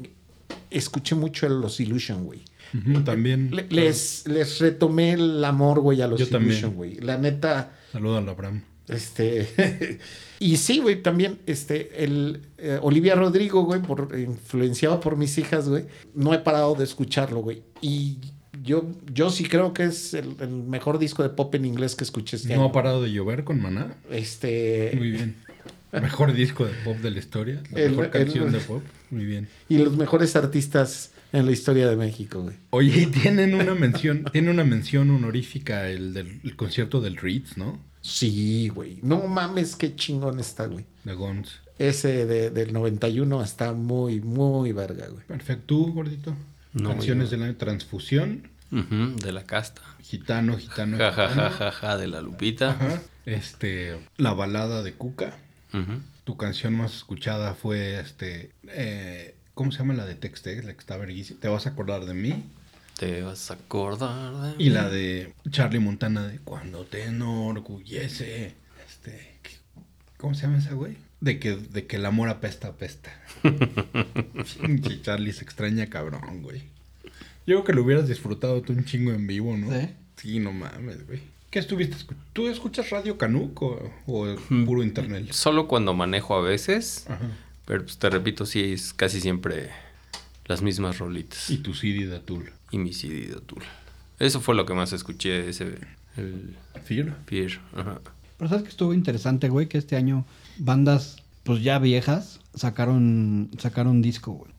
escuché mucho a los Illusion, güey. Ujú, También. Le- Les, les retomé el amor, güey, a los Yo también. Illusion, güey. La neta, Saludos al Abraham. este. y sí, güey, también, este, el eh, Olivia Rodrigo, güey, por, influenciado por mis hijas, güey, no he parado de escucharlo, güey. Y yo, yo sí creo que es el, el mejor disco de pop en inglés que escuché este No ha año. parado de llover con Maná. Este. Muy bien. Mejor disco de pop de la historia. La El- mejor el- canción de pop. Muy bien. Y los mejores artistas en la historia de México, güey. Oye, y tienen una mención, tiene una mención honorífica el del el concierto del Ritz, ¿no? Sí, güey. No mames, qué chingón está, güey. De Guns. Ese de- del 91 está muy, muy verga, güey. Perfecto, ¿Tú, gordito. No, Canciones del año Transfusión, Ujú, de la casta. Gitano, Gitano, Ja, ja, ja, Gitano. ja, ja, de la Lupita. Ajá. Este, la balada de Cuca. Ujú. Tu canción más escuchada fue este, eh, ¿cómo se llama la de Textex? La que está verguísima. Te vas a acordar de mí. Te vas a acordar de Y la de Charlie Montana de Cuando te enorgullece. Este, ¿qué- ¿Cómo se llama esa güey? De que, de que el amor apesta, apesta. Pinche Charlie se extraña cabrón, güey. Yo creo que lo hubieras disfrutado tú un chingo en vivo, ¿no? Sí. Sí, no mames, güey. ¿Qué estuviste escuchando? ¿Tú escuchas Radio Canuc o, o puro internet? Solo cuando manejo a veces, Ajá. pero pues, te repito, sí es casi siempre las mismas rolitas. Y Y, tu CD de Atul. mi CD de Tool. Eso fue lo que más escuché, ese el ¿Fear? Fear. Ajá. Pero sabes que estuvo interesante, güey, que este año bandas pues ya viejas sacaron sacaron disco, güey.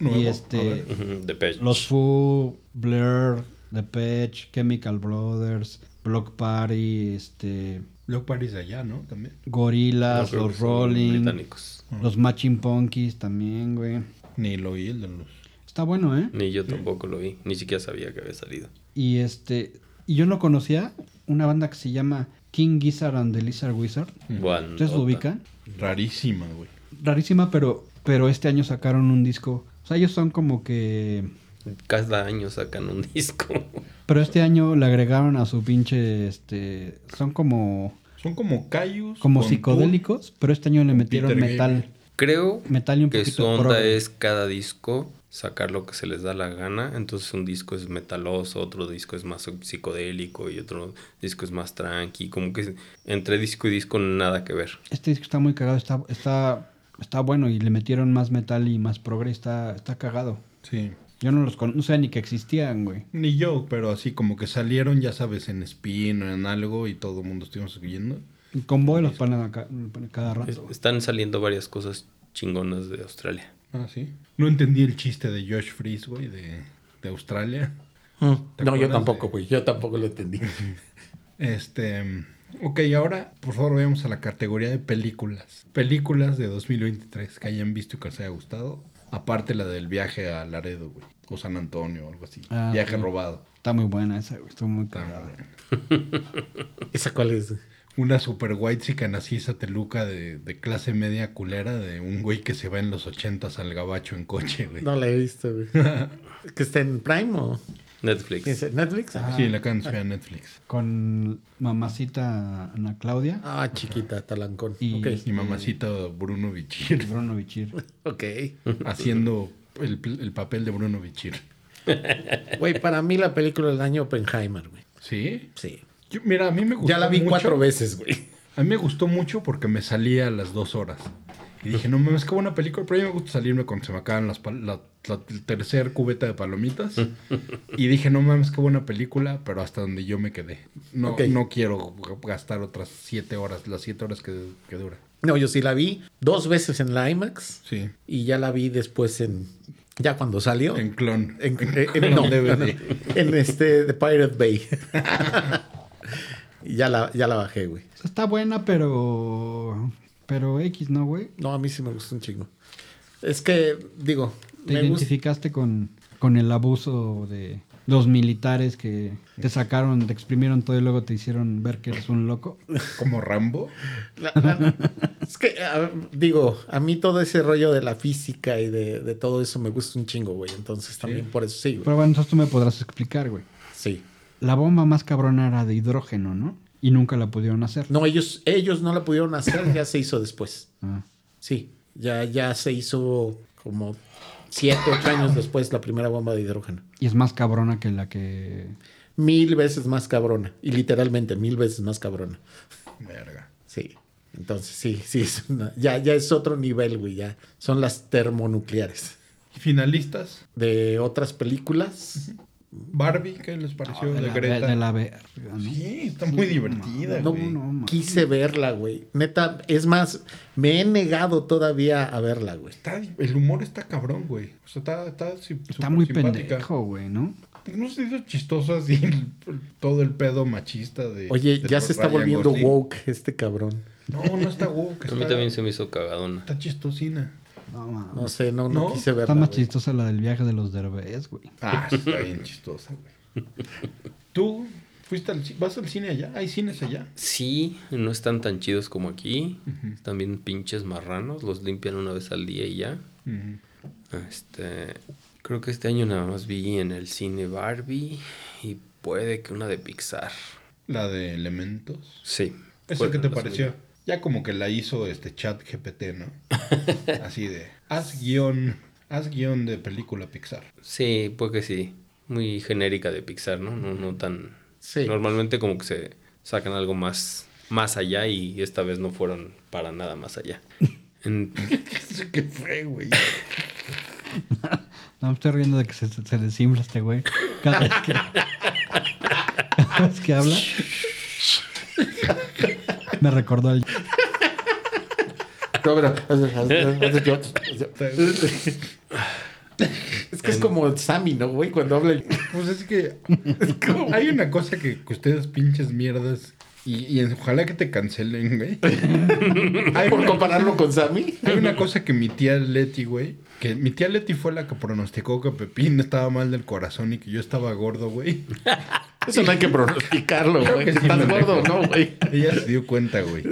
Nuevo, Y a este ver. Ujú, Depeche. los Foo, Blur, The Patch, Chemical Brothers, Block Party, este Block Party es de allá, ¿no? También. Gorillas, creo que Ah, los son Rolling, británicos. Mm. los Matching Punkies también, güey. Ni lo oí el de los... Está bueno, ¿eh? Ni yo tampoco lo vi, ni siquiera sabía que había salido. Y este y yo no conocía una banda que se llama King Gizzard and the Lizard Wizard. ¿Ustedes lo Bandota. ubican? Rarísima, güey. Rarísima, pero pero este año sacaron un disco. O sea, ellos son como que Cada año sacan un disco. Pero este año le agregaron a su pinche, este, son como, Son como Cayus. como con psicodélicos, pero este año le metieron Peter metal, Creo metal y un que poquito su onda prog. es cada disco sacar lo que se les da la gana. Entonces un disco es metaloso, otro disco es más psicodélico y otro disco es más tranqui. Como que entre disco y disco nada que ver. Este disco está muy cagado, está, está, está bueno y le metieron más metal y más progre, está, está cagado. Sí. Yo no los conocía no sabía ni que existían, güey. Ni yo, pero así como que salieron, ya sabes, en spin o en algo y todo el mundo estuvimos oyendo. Y Convoy los ponen acá, cada Es- rato. están saliendo varias cosas chingonas de Australia. Ah, sí. No entendí el chiste de Josh Freeze, güey, de, de Australia. ¿Te No, yo acuerdas tampoco, de- güey. Yo tampoco lo entendí. Este. mm, Ok, ahora, por favor, vayamos a la categoría de películas. Películas de 2023 que hayan visto y que les haya gustado. Aparte la del viaje a Laredo, güey. O San Antonio o algo así. Ah, viaje sí. robado. Está muy buena esa, güey, está muy Ah, cagada. ¿Esa cuál es? Una super white chican así sateluca de, de clase media culera de un güey que se va en los ochentas al gabacho en coche, güey. No la he visto, güey. ¿Que está en Prime o...? Netflix. Dice, ¿Netflix? Ah, Sí, la canción a Netflix. Con mamacita Ana Claudia Ah, chiquita, talancón. Y- Ok. Y mamacita Bruno y Bichir Bruno Bichir. Ok. haciendo el, pl- el papel de Bruno Bichir. Güey, para mí la película del año Oppenheimer, güey. ¿Sí? Sí. Yo- mira, a mí me gustó Ya la vi mucho- cuatro veces, güey. A mí me gustó mucho porque me salía a las dos horas. Y dije, no mames, qué buena película. Pero a mí me gusta salirme cuando se me acaban las pal- la, la tercera cubeta de palomitas. Y dije, no mames, qué buena película, pero hasta donde yo me quedé. No, Ok. no quiero gastar otras siete horas, las siete horas que, que dura. No, yo sí la vi dos veces en la IMAX Sí. y ya la vi después en. Ya cuando salió. En clon. En, eh, en- en- no, DVD. en este The Pirate Bay. Y ya la, ya la bajé, güey. O sea, Está buena, pero. Pero X, ¿no, güey? No, a mí sí me gustó un chingo. Es que, digo, Te me gusta. identificaste con, con el abuso de los militares que te sacaron, te exprimieron todo y luego te hicieron ver que eres un loco. Como Rambo. la- la- es que, a- digo, a mí todo ese rollo de la física y de, de todo eso me gusta un chingo, güey. Entonces también por eso sí, güey. Pero bueno, entonces tú me podrás explicar, güey. Sí. La bomba más cabrona era de hidrógeno, ¿no? Y nunca la pudieron hacer. No, ellos, ellos no la pudieron hacer, ya se hizo después. Ah. Sí, ya, ya se hizo como siete, ocho años después la primera bomba de hidrógeno. Y es más cabrona que la que. Mil veces más cabrona. Y literalmente, mil veces más cabrona. Verga. Sí. Entonces, sí, sí, es una- ya, ya es otro nivel, güey. Ya son las termonucleares. Y finalistas. De otras películas. Barbie, ¿qué les pareció de, Ah, la, Greta? de la verga, ¿no? Sí, está muy divertida, No, güey. no, ma. Quise verla, güey. Neta, es más, me he negado todavía a verla, güey. Está- el humor está cabrón, güey. O sea, está, está, si- Está súper muy simpática. pendejo, güey, ¿no? No se hizo chistoso así el- todo el pedo machista de. Oye, de ya se está Ryan volviendo Gosling. woke este cabrón. No, no está woke. A mí está- también se me hizo cagadona. Está chistosina. No, mames. No sé, no, no, No, quise verla. Está más güey. chistosa la del viaje de los derbés, güey. Ah, está bien chistosa, güey. ¿Tú fuiste al, ci- vas al cine allá? ¿Hay cines allá? Sí, no están tan chidos como aquí. Están bien pinches marranos. Los limpian una vez al día y ya. Ujú. Este, creo que este año nada más vi en el cine Barbie y puede que una de Pixar. La de Elementos. Sí. ¿Eso Fue qué te Pues, la pareció? Ya como que la hizo este chat GPT, ¿no? Así de. Haz guión. Haz guión de película Pixar. segunda. Sí, pues que sí. Muy genérica de Pixar, ¿no? No, no tan... Sí. Normalmente como que se sacan algo más, más allá y esta vez no fueron para nada más allá. En- ¿Qué fue, güey? No, me estoy riendo de que se, se desinfla este güey. Cada vez que, cada vez que habla. Me recordó al... No, pero- Es que es como Sammy, ¿no, güey? Cuando habla el... Pues es que hay una cosa que, que ustedes pinches mierdas y, y ojalá que te cancelen, güey. Hay Por una, compararlo con Sammy. hay una cosa que mi tía Leti, güey, que mi tía Leti fue la que pronosticó que Pepín estaba mal del corazón y que yo estaba gordo, güey. Eso no hay que pronosticarlo, Creo güey. que sí ¿Estás me gordo o recuerdo. no, güey? Ella se dio cuenta, güey.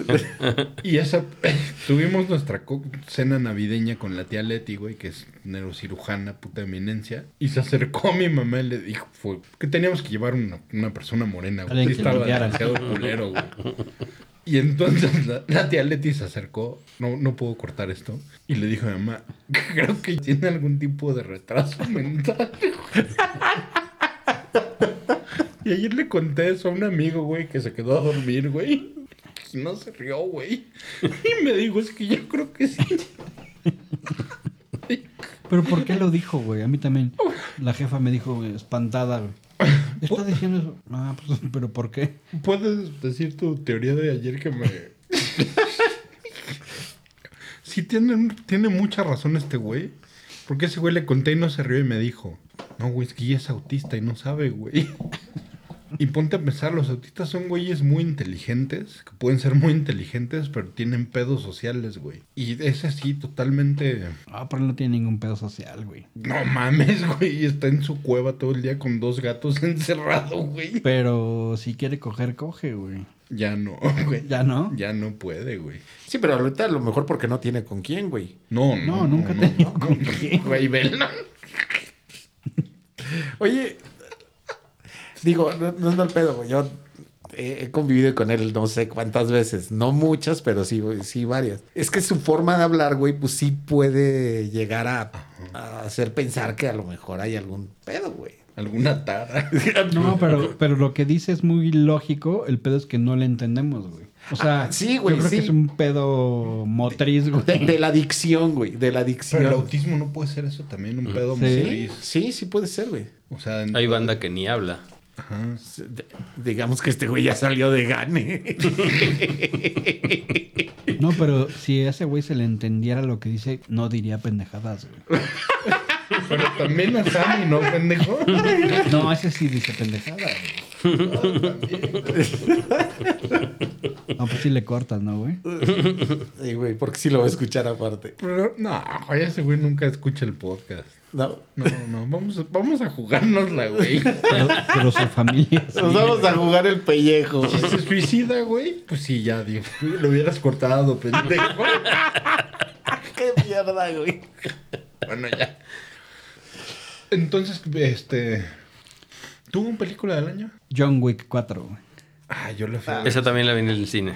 Y esa tuvimos nuestra co- cena navideña con la tía Leti, güey, que es neurocirujana, puta eminencia. Y se acercó a mi mamá y le dijo fue, que teníamos que llevar una, una persona morena, güey. Alguien Sí que estaba limpiara. demasiado culero, güey. Y entonces la, la tía Leti se acercó, no, no puedo cortar esto, y le dijo a mi mamá, creo que tiene algún tipo de retraso mental. Y ayer le conté eso a un amigo, güey, que se quedó a dormir, güey. Y no se rió, güey. Y me dijo, es que yo creo que sí. Pero ¿por qué lo dijo, güey? A mí también. La jefa me dijo güey, espantada, güey. Está diciendo eso. Ah, pues, pero ¿por qué? ¿Puedes decir tu teoría de ayer que me... sí, tiene, tiene mucha razón este güey. Porque ese güey le conté y no se rió y me dijo, no, güey, es que ella es autista y no sabe, güey. Y ponte a pensar, los autistas son güeyes muy inteligentes, que pueden ser muy inteligentes, pero tienen pedos sociales, güey. Y ese sí, totalmente... Ah, pero no tiene ningún pedo social, güey. No mames, güey, está en su cueva todo el día con dos gatos encerrado, güey. Pero si quiere coger, coge, güey. Ya no, güey. ¿Ya no? Ya no puede, güey. Sí, pero ahorita a lo mejor porque no tiene con quién, güey. No, No, no. nunca te no, no. Güey, vela. Oye, Digo, no, no es mal pedo, güey. Yo he he convivido con él no sé cuántas veces. No muchas, pero sí, güey, sí varias. Es que su forma de hablar, güey, pues sí puede llegar a, a hacer pensar que a lo mejor hay algún pedo, güey. Alguna tara. No, pero, pero lo que dice es muy lógico. El pedo es que no le entendemos, güey. O sea, Ah, sí, güey, yo creo que sí. es un pedo motriz, güey. De, de la adicción, güey. De la Pero el adicción. autismo no puede ser eso también, un pedo Sí. motriz. Sí, sí puede ser, güey. O sea, Hay banda que ni habla. Ajá. De- digamos que este güey ya salió de gane. No, pero si a ese güey se le entendiera lo que dice, no diría pendejadas, güey. Pero también a Sammy, ¿no, pendejo? No, ese sí dice pendejadas, güey. No, pues sí le cortas, ¿no, güey? Sí, güey, porque sí lo va a escuchar aparte. Pero no, oye, ese güey nunca escucha el podcast. No. No, no, vamos, a- vamos a jugárnosla, güey. Pero, pero su familia. sí. Nos vamos a jugar el pellejo. güey. Si se suicida, güey, pues sí, ya, digo, lo hubieras cortado, pendejo. Qué mierda, güey. Bueno, ya. Entonces, este. ¿Tuvo película del año? John Wick 4, güey. Ah, yo la fui. a ver. Esa también la vi en el cine.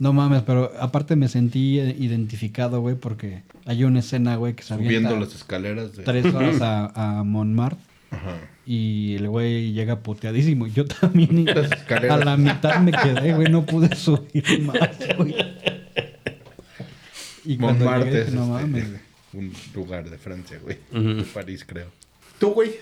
No mames, pero aparte me sentí eh, identificado, güey, porque hay una escena, güey, que se avienta Subiendo las escaleras de. tres horas a, a Montmartre Ajá. y el güey llega puteadísimo. Yo también y Las a escaleras. la mitad me quedé, güey, no pude subir más, güey. Y cuando Montmartre llegué, es, dije, no este, mames, güey. un lugar de Francia, güey. Ujú. París, creo. Tú, güey.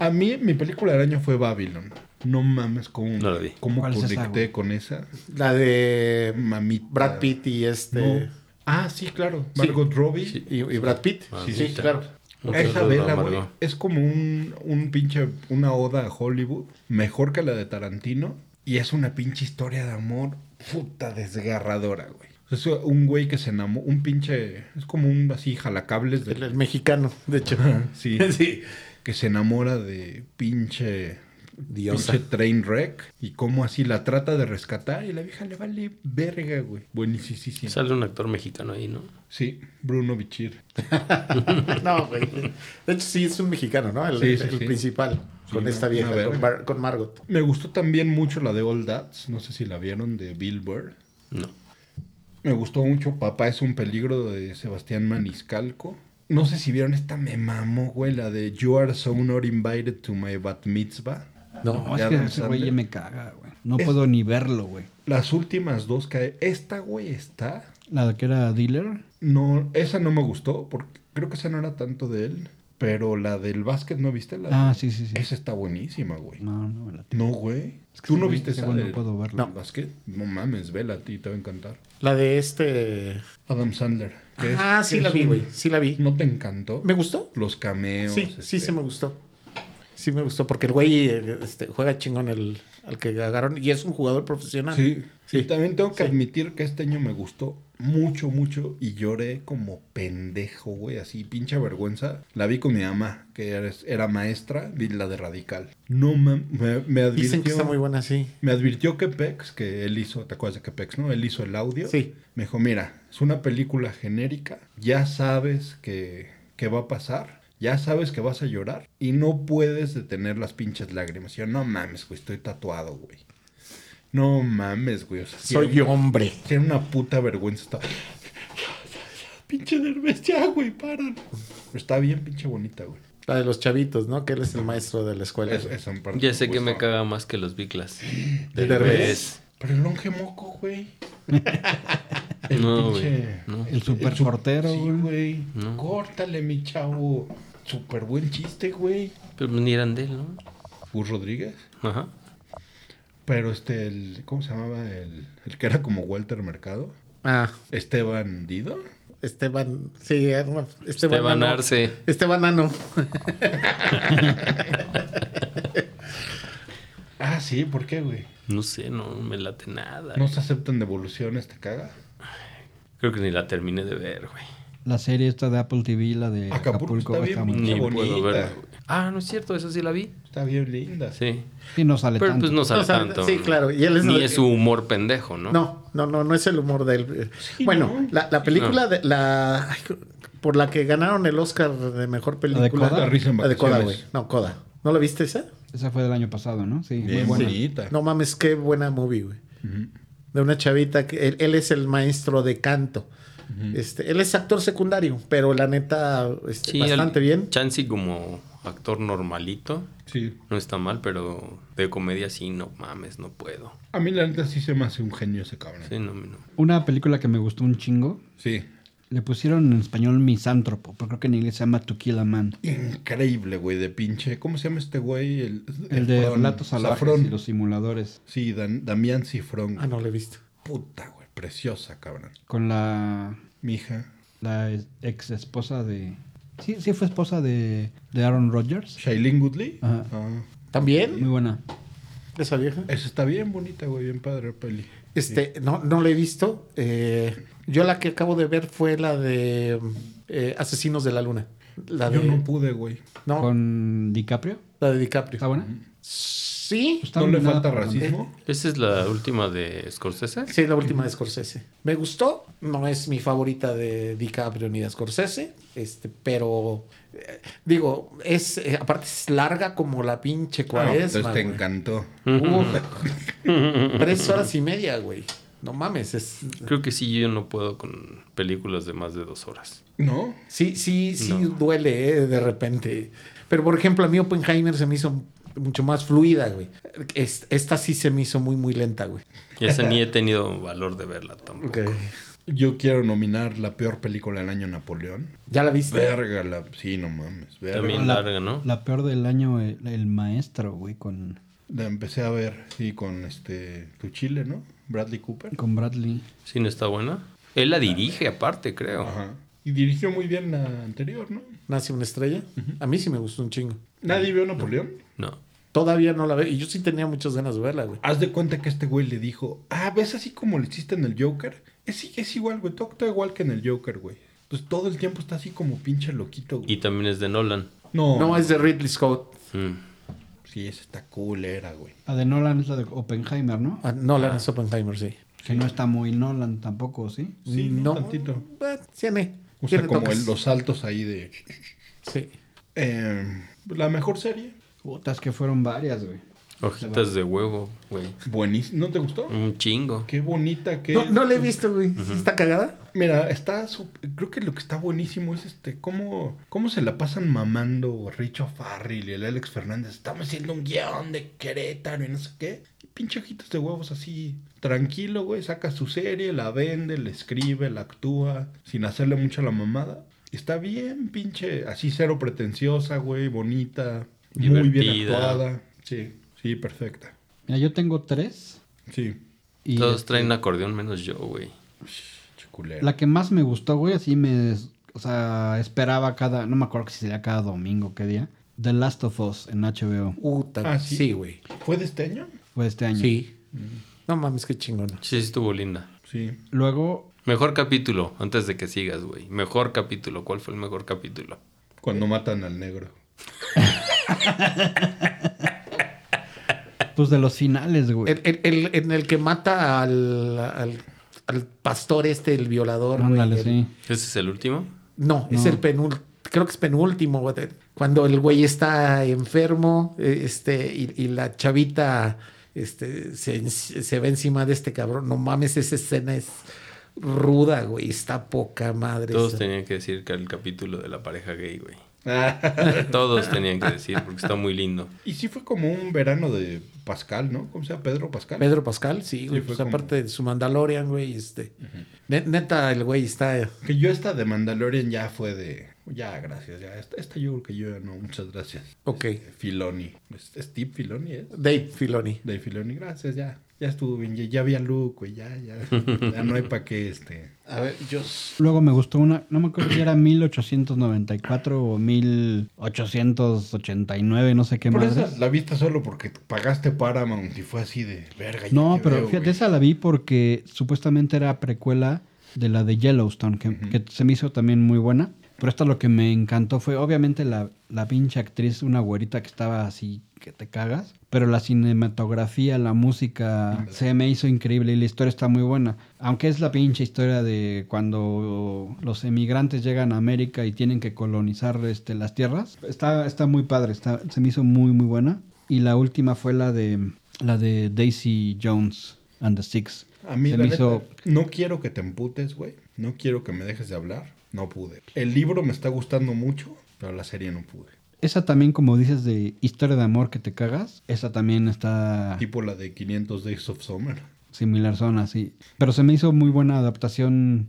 A mí, mi película del año fue Babylon. No mames, cómo, No la vi. cómo ¿Cuál es esa, conecté güey? con esa. La de Mamita. Brad Pitt y este. No. Ah, sí, claro. Margot Robbie. Sí. Y, y Brad Pitt. Sí, Ah, sí, Mamita. claro. Un Ah, Esa saludo, vela, Margot. güey, es como un, un pinche, una oda a Hollywood, mejor que la de Tarantino, y es una pinche historia de amor, puta desgarradora, güey. Es un güey que se enamora, un pinche, es como un así jalacables El, el de... mexicano, de hecho. Sí, sí. que se enamora de pinche... Diosa. Pinche train wreck. Y cómo así la trata de rescatar. Y la vieja le vale verga, güey. Buenísimo. Sale un actor mexicano ahí, ¿no? Sí, Bruno Bichir. No, güey. De hecho, sí, es un mexicano, ¿no? El, Sí, sí, el sí. principal. Sí, Con una- esta vieja, una verga. con, Mar- con Margot. Me gustó también mucho la de All Dads. No sé si la vieron, de Billboard. No. Me gustó mucho Papá es un peligro de Sebastián Maniscalco. No sé si vieron esta, me mamó, güey, la de You are so not invited to my bat mitzvah. No, es Ya que Adam ese güey Sandler. ya me caga, güey. No Es- puedo ni verlo, güey. Las últimas dos que... Esta, güey, está... La que era dealer. No, esa no me gustó, porque creo que esa no era tanto de él. Pero la del básquet, ¿no viste? La de- Ah, sí, sí, sí. Esa está buenísima, güey. No, no me la No, güey. Es que ¿Tú ese no güey- viste ese esa güey no del- puedo verla. del básquet? No mames, vela a ti, te va a encantar. La de este. Adam Sandler. que es- Ah, sí que la es vi, un- güey. Sí la vi. ¿No te encantó? ¿Me gustó? Los cameos. este. Sí, sí, se me gustó. Sí me gustó, porque el güey eh, este, juega chingón el, al que agarraron y es un jugador profesional. Sí, Sí. Y también tengo que Sí. admitir que este año me gustó mucho, mucho y lloré como pendejo, güey, así, pincha vergüenza. La vi con mi mamá, que era, era maestra, vi la de Radical. No, mam- me, me advirtió. Dicen que está muy buena, sí. Me advirtió que Pex, que él hizo, ¿te acuerdas de que Pex, no? Él hizo el audio. Sí. Me dijo, mira, es una película genérica, ya sabes que, que va a pasar, ya sabes que vas a llorar y no puedes detener las pinches lágrimas. Y yo, no mames, güey, estoy tatuado, güey. No mames, güey. o sea, sí Soy era- hombre. sí era una puta vergüenza. Estaba... pinche Derbez, ya, güey, paran. Pero está bien pinche bonita, güey. La de los chavitos, ¿no? Que él es el maestro de la escuela. Es- esa en parte Ya sé que me gustó. caga más que los Pues, biclas. ¿De Del Derbez? Pero el longe moco, güey. No, pinche- güey. No. El super portero, Sí, güey. güey. No. Córtale, mi chavo. Súper buen chiste, güey. Pero pues, ni eran de él, ¿no? Gus Rodríguez. Ajá. Pero este, el, ¿cómo se llamaba? El, el que era como Walter Mercado. Ah, Esteban Dido. Esteban. Sí, eh, Esteban, Esteban Nano. Arce. Esteban Nano. Ah, sí, ¿por qué, güey? No sé, no me late nada. No se aceptan devoluciones, te caga. Creo que ni la terminé de ver, güey. La serie esta de Apple TV, la de Acapulco Acapulco, está bien está muy pinche Ni Qué puedo bonita. verla, güey. Ah, no es cierto, esa sí la vi. Está bien linda. Sí. Sí, no sale Pero tanto. pues no sale No sale- tanto. sí, claro, y él es- Ni es su humor pendejo, ¿no? No, no, no, no es el humor de él. Sí, bueno, ¿no? la, la película de la ay, por la que ganaron el Oscar de mejor película. Coda? La risa en La de Coda, vacaciones. güey. No, Coda. ¿No la viste esa? Esa fue del año pasado, ¿no? Sí. Bien muy buena. bonita. No mames, qué buena movie, güey. De una chavita que él, él es el maestro de canto. Este, él es actor secundario, pero la neta, este, Sí, bastante el- bien. Chansey como actor normalito. Sí. No está mal, pero de comedia sí, no mames, no puedo. A mí la neta sí se me hace un genio ese cabrón. Sí, no, no. Una película que me gustó un chingo. Sí. Le pusieron en español misántropo, pero creo que en inglés se llama To Kill a Man. Increíble, güey, de pinche. ¿Cómo se llama este güey? El, El de Fron- relatos salvajes Safrón. y los simuladores. Sí, Dan- Damián Cifrón. Ah, güey. no lo he visto. Puta, güey. Preciosa, cabrón. Con la, Mija. la ex esposa de... Sí, sí fue esposa de, de Aaron Rodgers. Shailene Woodley. Ajá. Ah, ¿También? Muy buena. Esa vieja. esa está bien bonita, güey. Bien padre, peli. Eh, Este, no, no la he visto. Eh, yo la que acabo de ver fue la de eh, Asesinos de la Luna. La de, Yo no pude, Ah, güey. no, Con DiCaprio. la de DiCaprio. ¿Está buena? Sí. Está ¿No le nominada falta para- racismo? ¿Esa es la última de Scorsese? Sí, la última de Scorsese. Me gustó, no es mi favorita de DiCaprio ni de Scorsese, este, pero eh, digo, es eh, aparte es larga como la pinche Ah, cuaresma. entonces te güey. encantó. Uf, tres horas y media, güey. No mames, es Creo que sí, yo no puedo con películas de más de dos horas. ¿No? sí, sí, sí No. duele eh, de repente. Pero por ejemplo, a mí Oppenheimer se me hizo mucho más fluida, güey. Es- esta sí se me hizo muy, muy lenta, güey. Y esa ni he tenido valor de verla tampoco. Yo quiero nominar la peor película del año Napoleón. ¿Ya la viste? Verga, la... sí, no mames. Verga. También. La, Larga, ¿no? la peor del año, el, el maestro, güey, con, La empecé a ver, sí, con este, tu chile, ¿no? Bradley Cooper. con Bradley. ¿Sí no está buena? Él la dirige aparte, creo. Ajá. Y dirigió muy bien la anterior, ¿no? Nace una estrella. A mí sí me gustó un chingo. Nadie vio Napoleón. No. Todavía no la veo. Y yo sí tenía muchas ganas de verla, güey. Haz de cuenta que este güey le dijo, ah, ¿ves así como le hiciste en el Joker? Es, i- es igual, güey, todo actúa igual que en el Joker, güey. Entonces todo el tiempo está así como pinche loquito, Y güey. también es de Nolan. No, No, es de Ridley Scott. Mm. sí, esa está culera, güey. La de Nolan es la de Oppenheimer, ¿no? Ah, no, la es Oppenheimer, sí. Que no está muy Nolan tampoco, ¿sí? Sí, no, tantito. Eh, Tiene. O sea, tiene como toques. el- los saltos ahí de... Sí. Eh, la mejor serie. Putas que fueron varias, güey. Hojitas de huevo, güey. Buenísimo. ¿No te gustó? Un chingo. Qué bonita que... Mm. No, no la he visto, güey. ¿Está cagada? Mira, está... su- Creo que lo que está buenísimo es este... Cómo, cómo se la pasan mamando Richo Farrell y el Alex Fernández. Estamos haciendo un guión de Querétaro y no sé qué. Y pinche ojitos de huevos así. Tranquilo, güey. Saca su serie, la vende, la escribe, la actúa. Sin hacerle mucho a la mamada. Y Está bien, pinche... Así cero pretenciosa, güey. Bonita. Muy bien Divertida. actuada. Sí, sí, perfecta. Mira, yo tengo tres. Sí. Y este Todos traen acordeón menos yo, güey. Chuculera. la que más me gustó, güey, así me... O sea, esperaba cada... No me acuerdo si sería cada domingo, qué día. The Last of Us en HBO. Puta, Ah, sí. Mm. sí, güey. ¿Fue de este año? Fue este año. Sí. No mames, qué chingona. Sí, sí estuvo linda. Sí. Luego, Mejor capítulo, antes de que sigas, güey. Mejor capítulo. ¿Cuál fue el mejor capítulo? Cuando matan al negro. pues de los finales, güey. El, el- el- en el que mata al, al, al pastor este, el violador. güey. Ándale, El- sí. ¿Ese es el último? No, es No. el penúltimo. Creo que es penúltimo, güey. Cuando el güey está enfermo, eh, este, y, y la chavita este, se, en- se ve encima de este cabrón. No mames, esa escena es ruda, güey. Está poca madre. Todos esa. tenían que decir que era el capítulo de la pareja gay, güey. Todos tenían que decir porque está muy lindo. y sí fue como un verano de Pascal, ¿no? ¿Cómo se llama? Pedro Pascal. Pedro Pascal, sí, güey. Sí, fue pues como- aparte de su Mandalorian, güey, este. ne- Neta, el güey está. Que yo esta de Mandalorian ya fue de... Ya, gracias. Ya. Esta, esta yo creo que yo ya no. Muchas gracias. Ok. Este, Filoni. Es- Steve Filoni es. Dave Filoni. De Filoni, gracias, ya. Ya estuvo bien. Ya, ya vi a Luke, güey. Ya, ya. Ya no hay para qué, este... A ver, yo. Luego me gustó una, no me acuerdo si era 1894 o 1889, no sé qué Por más. eso la viste solo porque pagaste Paramount y fue así de... Verga, ya No, te pero veo, fíjate, güey". esa la vi porque supuestamente era precuela de la de Yellowstone, que, que se me hizo también muy buena. Pero esta lo que me encantó fue, obviamente, la, la pinche actriz, una güerita que estaba así que te cagas. Pero la cinematografía, la música, se me hizo increíble y la historia está muy buena. Aunque es la pinche historia de cuando los emigrantes llegan a América y tienen que colonizar este, las tierras. Está, está muy padre, está, se me hizo muy, muy buena. Y la última fue la de la de Daisy Jones and the Six. A mí, Se la me neta, hizo- no quiero que te emputes, güey. No quiero que me dejes de hablar. No pude. El libro me está gustando mucho, pero la serie no pude. Esa también, como dices, de historia de amor que te cagas, esa también está Tipo la de 500 Days of Summer. similar zona, sí. Pero se me hizo muy buena adaptación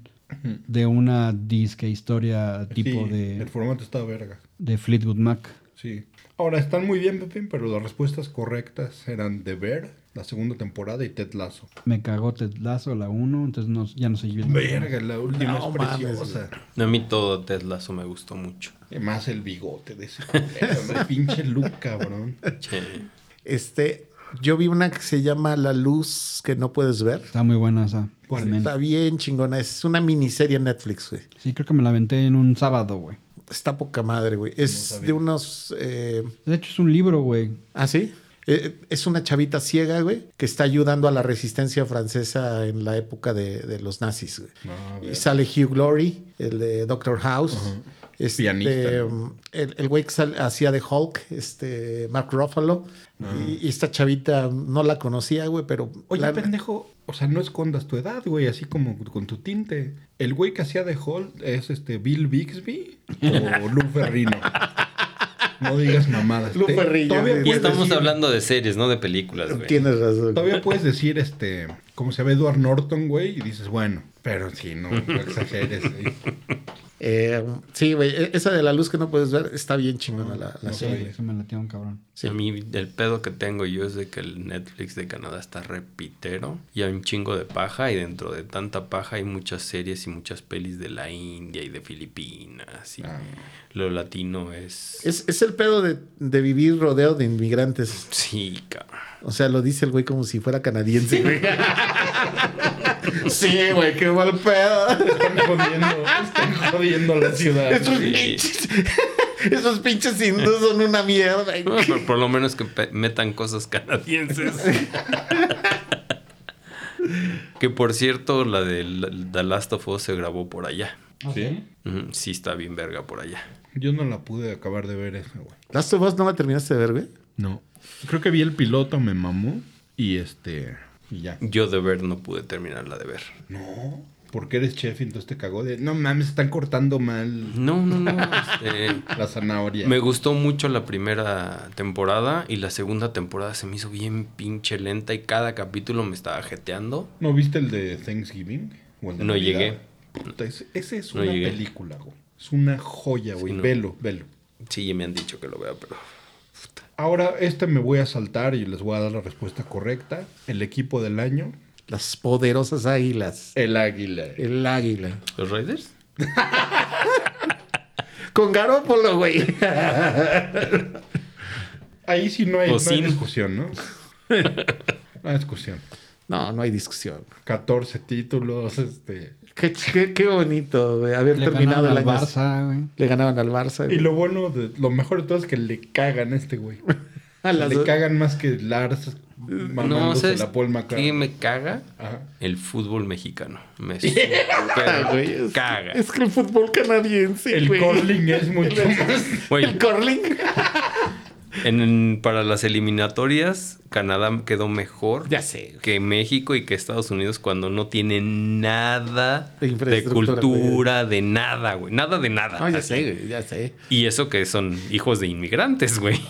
de una disque historia tipo Sí, de, El formato está verga. de Fleetwood Mac. Sí. Ahora están muy bien, Pepe, pero las respuestas correctas eran The Bear, la segunda temporada y Ted Lasso. Me cagó Ted Lasso, la 1, entonces no, ya no soy yo. Verga, la última No es mames, preciosa. A mí todo Ted Lasso me gustó mucho. Y más el bigote de ese culero, ¿no? pinche look, cabrón. Che. Este, yo vi una que se llama La Luz que no puedes ver. Está muy buena esa. ¿Cuál También. Está bien chingona. Es una miniserie en Netflix, güey. Sí, creo que me la aventé en un sábado, güey. Está poca madre, güey. Es de unos... eh, De hecho, es un libro, güey. ¿Ah, sí? Eh, Es una chavita ciega, güey, que está ayudando a la resistencia francesa en la época de, de los nazis. güey. No, y sale Hugh Glory, el de Doctor House. Este, Pianista, mm, El, el güey que sal- hacía de Hulk, este Mark Ruffalo. Y, y esta chavita no la conocía, güey, pero. Oye, la- pendejo, o sea, no escondas tu edad, güey, así como con tu tinte. El güey que hacía de Hall es este Bill Bixby o Lou Ferrino. No digas mamadas. Lou Te- Ferrigno, todavía güey. Y puedes estamos decir- hablando de series, no de películas, güey. Tienes razón. güey. Todavía puedes decir, este, como se ve Edward Norton, güey, y dices, bueno, pero sí, no, no exageres. güey. Eh, sí, güey, e- esa de la luz que no puedes ver está bien chingona la, la no serie. sabía. Se me latió un cabrón. Sí. A mí el pedo que tengo yo es de que el Netflix de Canadá está repitero y hay un chingo de paja y dentro de tanta paja hay muchas series y muchas pelis de la India y de Filipinas y Ah. lo latino es... Es, es el pedo de, de vivir rodeo de inmigrantes. Sí, cabrón. O sea, lo dice el güey como si fuera canadiense, güey. Sí, güey, qué mal pedo. Están jodiendo, están jodiendo la ciudad. Esos güey. pinches, esos pinches hindús son una mierda. Bueno, pero por lo menos que pe- metan cosas canadienses. que por cierto, la de la- The Last of Us se grabó por allá. ¿Sí? Ujú, Sí está bien verga por allá. Yo no la pude acabar de ver esa, güey. Last of Us no la terminaste de ver, güey. No. Creo que vi el piloto, me mamó, y este, y ya. Yo de ver no pude terminarla de ver. No, porque eres chef y entonces te cagó de, no mames, están cortando mal No, no, no. este, la zanahoria. me gustó mucho la primera temporada y la segunda temporada se me hizo bien pinche lenta y cada capítulo me estaba jeteando. ¿No viste el de Thanksgiving? ¿O el de No Navidad? llegué. Puta, ese, ese es No una llegué. película, güey. Es una joya, güey. no. Velo, velo. Sí, ya me han dicho que lo vea, pero... Ahora, este me voy a saltar y les voy a dar la respuesta correcta. El equipo del año, Las poderosas águilas. el águila. El águila. ¿Los Raiders? Con Garópolo, güey. Ahí sí no hay, O no hay sin. discusión, ¿no? No hay discusión. No, no hay discusión. 14 títulos, este... Qué, ch- qué- qué bonito, güey. Haber Le terminado ganaron el al año. así. Barça, güey. Le ganaban al Barça. Y güey. lo bueno, de, lo mejor de todo es que le cagan a este güey. A las le dos- cagan más que Lars mamándose la Paul McCartney. qué me caga? Ajá. El fútbol mexicano. Me super Ah, güey, es- caga. Es que el fútbol canadiense. El güey. curling es mucho más... Güey, El curling. en- en- para las eliminatorias, Canadá quedó mejor Ya sé. que México y que Estados Unidos cuando no tiene nada De de, infraestructura, cultura, de nada, güey. Nada de nada. No, ya así. sé, güey, ya sé. Y eso que son hijos de inmigrantes, güey.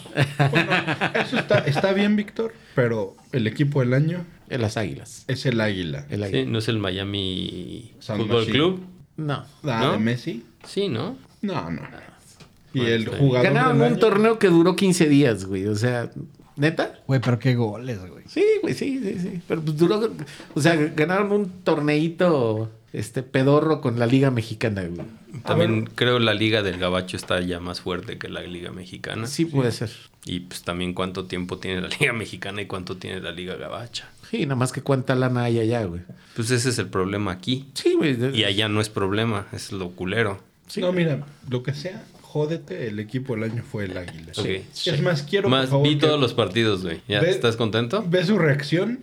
Eso está, está bien, Víctor, pero el equipo del año En las águilas. es el Águila. El águila. Sí, ¿No es el Miami San Fútbol Machín. Club? No. Ah, ¿No? Ah, pues, de Messi? Sí, ¿no? No, no. Y Bueno, el está bien. jugador Ganaron del un año- torneo que duró 15 días, güey. O sea, ¿neta? Güey, pero qué goles, güey. Sí, güey, sí, sí, sí. Pero pues duró. O sea, ganaron un torneito este, pedorro con la Liga Mexicana, güey. También creo la Liga del Gabacho está ya más fuerte que la Liga Mexicana. Sí, puede ser. Y pues también cuánto tiempo tiene la Liga Mexicana y cuánto tiene la Liga Gabacha. Sí, nada más que cuánta lana hay allá, güey. Pues ese es el problema aquí. Sí, güey. Y allá no es problema, es lo culero. Sí. No, mira, lo que sea, jódete, el equipo del año fue el Águila. Ok. Es más, quiero por Más favor, vi que- todos los partidos, güey. ¿Ya Ve- estás contento? ¿Ve su reacción?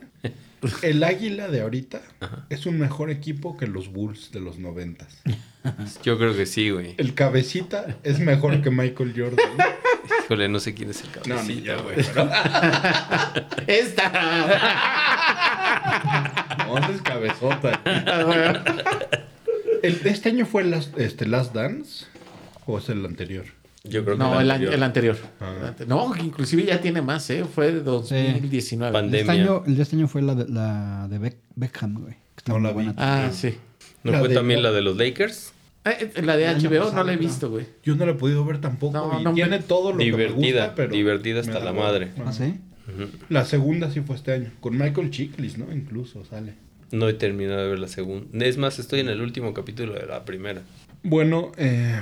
El Águila de ahorita es un mejor equipo que los Bulls de los noventas. Yo creo que sí, güey. El Cabecita es mejor que Michael Jordan. Híjole, no sé quién es el cabecita, güey. Esta. No, esa es Ah, cabezota. El- ¿Este año fue las- este, Last Dance o es el anterior? Yo creo que No, el, an- anterior. el anterior. Ah. No, que inclusive ya tiene más, ¿eh? Fue de 2019. Pandemia. Este año, el de este año fue la de, la de Beck- Beckham, güey. que Está No muy la vi. buena. Ah, sí. ¿No La fue de- también la de los Lakers? Eh, eh, La de El año HBO no pasado, la he creo. visto, güey. Yo no la he podido ver tampoco. No, y no me- tiene todo lo que me Divertida, gusta, pero divertida hasta me da la hueva. madre. Ajá. ¿Ah, sí? La segunda sí fue este año. Con Michael Chiklis, ¿no? Incluso sale. No he terminado de ver la segunda. Es más, estoy en el último capítulo de la primera. Bueno, eh,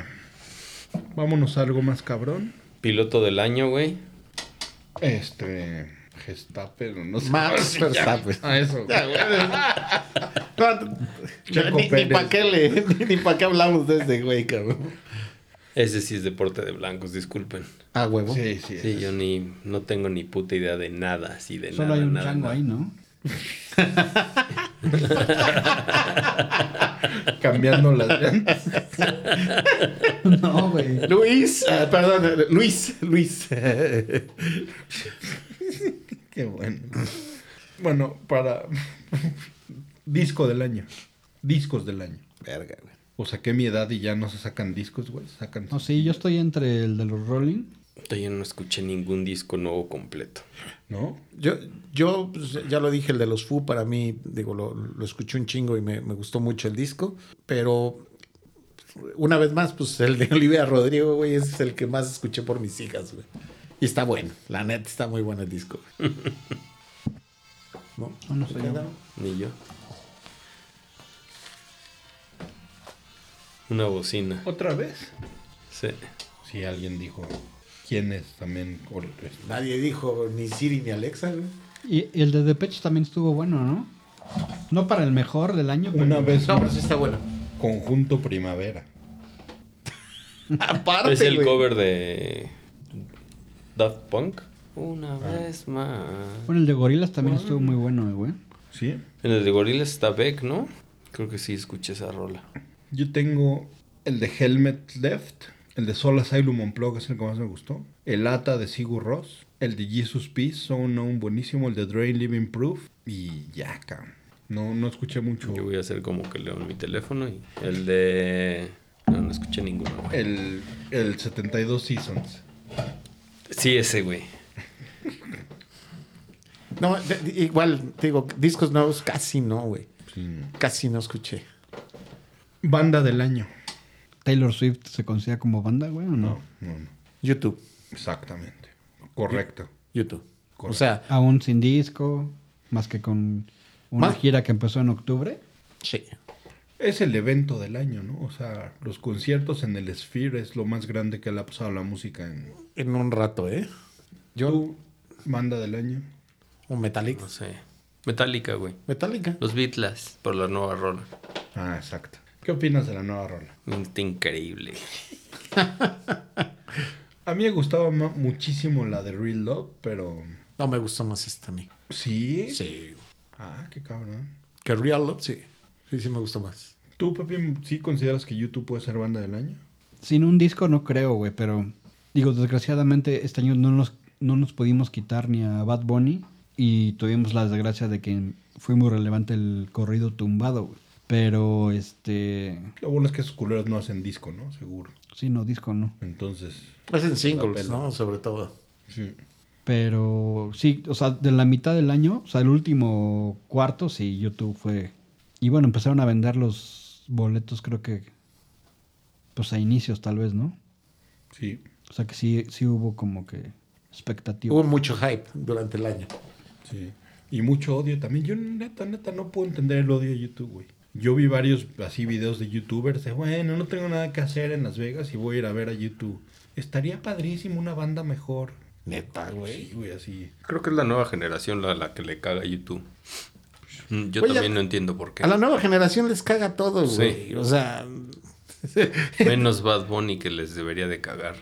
vámonos a algo más cabrón. Piloto del año, güey. Este. Gestape, no sé. Max Verstappen. A eso. güey. Checo ni Pérez. para qué, le- ni, pa' qué hablamos de ese güey, cabrón. Ese sí es deporte de blancos, disculpen. Ah, huevo. Sí, sí. Sí, yo ni, no tengo ni puta idea de nada, así de Solo nada. hay un nada, chango nada. ahí, ¿no? Cambiando las llantas. No, güey. Luis, ah, perdón, eh, Luis, Luis. Qué bueno. Bueno, para. Disco del año. Discos del año. Verga, güey. O saqué mi edad y ya no se sacan discos, güey. se Sacan. No, sí, yo estoy entre el de los Rolling. Yo no escuché ningún disco nuevo completo. ¿No? Yo, yo pues, ya lo dije, el de los Foo para mí, digo, lo, lo escuché un chingo y me, me gustó mucho el disco, pero una vez más, pues el de Olivia Rodrigo, güey, ese es el que más escuché por mis hijas, güey. Y está bueno, la neta está muy bueno el disco. güey. ¿No? No, no sé, yo. Ni yo. Una bocina. ¿Otra vez? Sí. Si alguien dijo. ¿Quién es también? O- este, Nadie dijo ni Siri ni Alexa, güey. Y el de Depeche también estuvo bueno, ¿no? No para el mejor del año, pero Una vez No, más, pero sí está bueno. conjunto primavera. Aparte, es el güey. cover de Daft Punk. Ah. Una vez más. bueno, el de Gorilas también estuvo muy bueno, güey. ¿Sí? En el de Gorillaz está Beck, ¿no? Creo que sí escuché esa rola. Yo tengo el de Helmet Left, el de Soul Asylum Unplugged, que es el que más me gustó. El Ata de Sigur Ross, el de Jesus Peace, Son Known buenísimo, el de Drain Living Proof y ya, cabrón. No, no escuché mucho. Yo voy a hacer como que leo en mi teléfono y el de... No, no escuché ninguno, güey. El, el 72 Seasons. Sí, ese, güey. No, de- de- igual, te digo, discos nuevos casi no, güey. Sí. Casi no escuché. Banda del año. Taylor Swift se considera como banda, güey, o no? no, no. YouTube, Exactamente. Correcto. YouTube. O Correcto. sea, Aún sin disco, más que con una Más- gira que empezó en octubre. sí. Es el evento del año, ¿no? O sea, los conciertos en el Sphere es lo más grande que le ha pasado a la música en... En un rato, ¿eh? Yo, banda del año. O Metallica. No sé. Metallica, güey. Metallica. Los Beatles, por la nueva rola. Ah, exacto. ¿Qué opinas de la nueva rola? Está increíble. A mí me gustaba ma- muchísimo la de Real Love, pero... No me gustó más esta a mí. ¿Sí? Sí. Ah, qué cabrón. Que Real Love, sí. Sí, sí me gustó más. ¿Tú, Pepi, sí consideras que YouTube puede ser banda del año? Sin un disco no creo, güey, pero digo, desgraciadamente este año no nos, no nos pudimos quitar ni a Bad Bunny y tuvimos la desgracia de que fue muy relevante el corrido tumbado, güey. Pero este, Lo bueno es que esos culeros no hacen disco, ¿no? Seguro. sí, no, disco no. Entonces, Hacen Pues singles, pela. ¿no? Sobre todo. sí. Pero sí, o sea, de la mitad del año, o sea, el último cuarto, sí, YouTube fue. Y bueno, empezaron a vender los boletos, creo que. Pues a inicios, tal vez, ¿no? Sí. O sea, que sí, sí hubo como que expectativa. Hubo mucho hype durante el año. Sí. Y mucho odio también. Yo neta, neta, no puedo entender el odio de YouTube, güey. Yo vi varios así videos de youtubers de, bueno, no tengo nada que hacer en Las Vegas y voy a ir a ver a YouTube. Estaría padrísimo una banda mejor. Neta, güey. Sí, güey, así. Creo que es la nueva generación la, la que le caga a YouTube. Mm, Yo Oye, también no entiendo por qué. A la nueva generación les caga todo, Sí. güey. O sea. Menos Bad Bunny que les debería de cagar.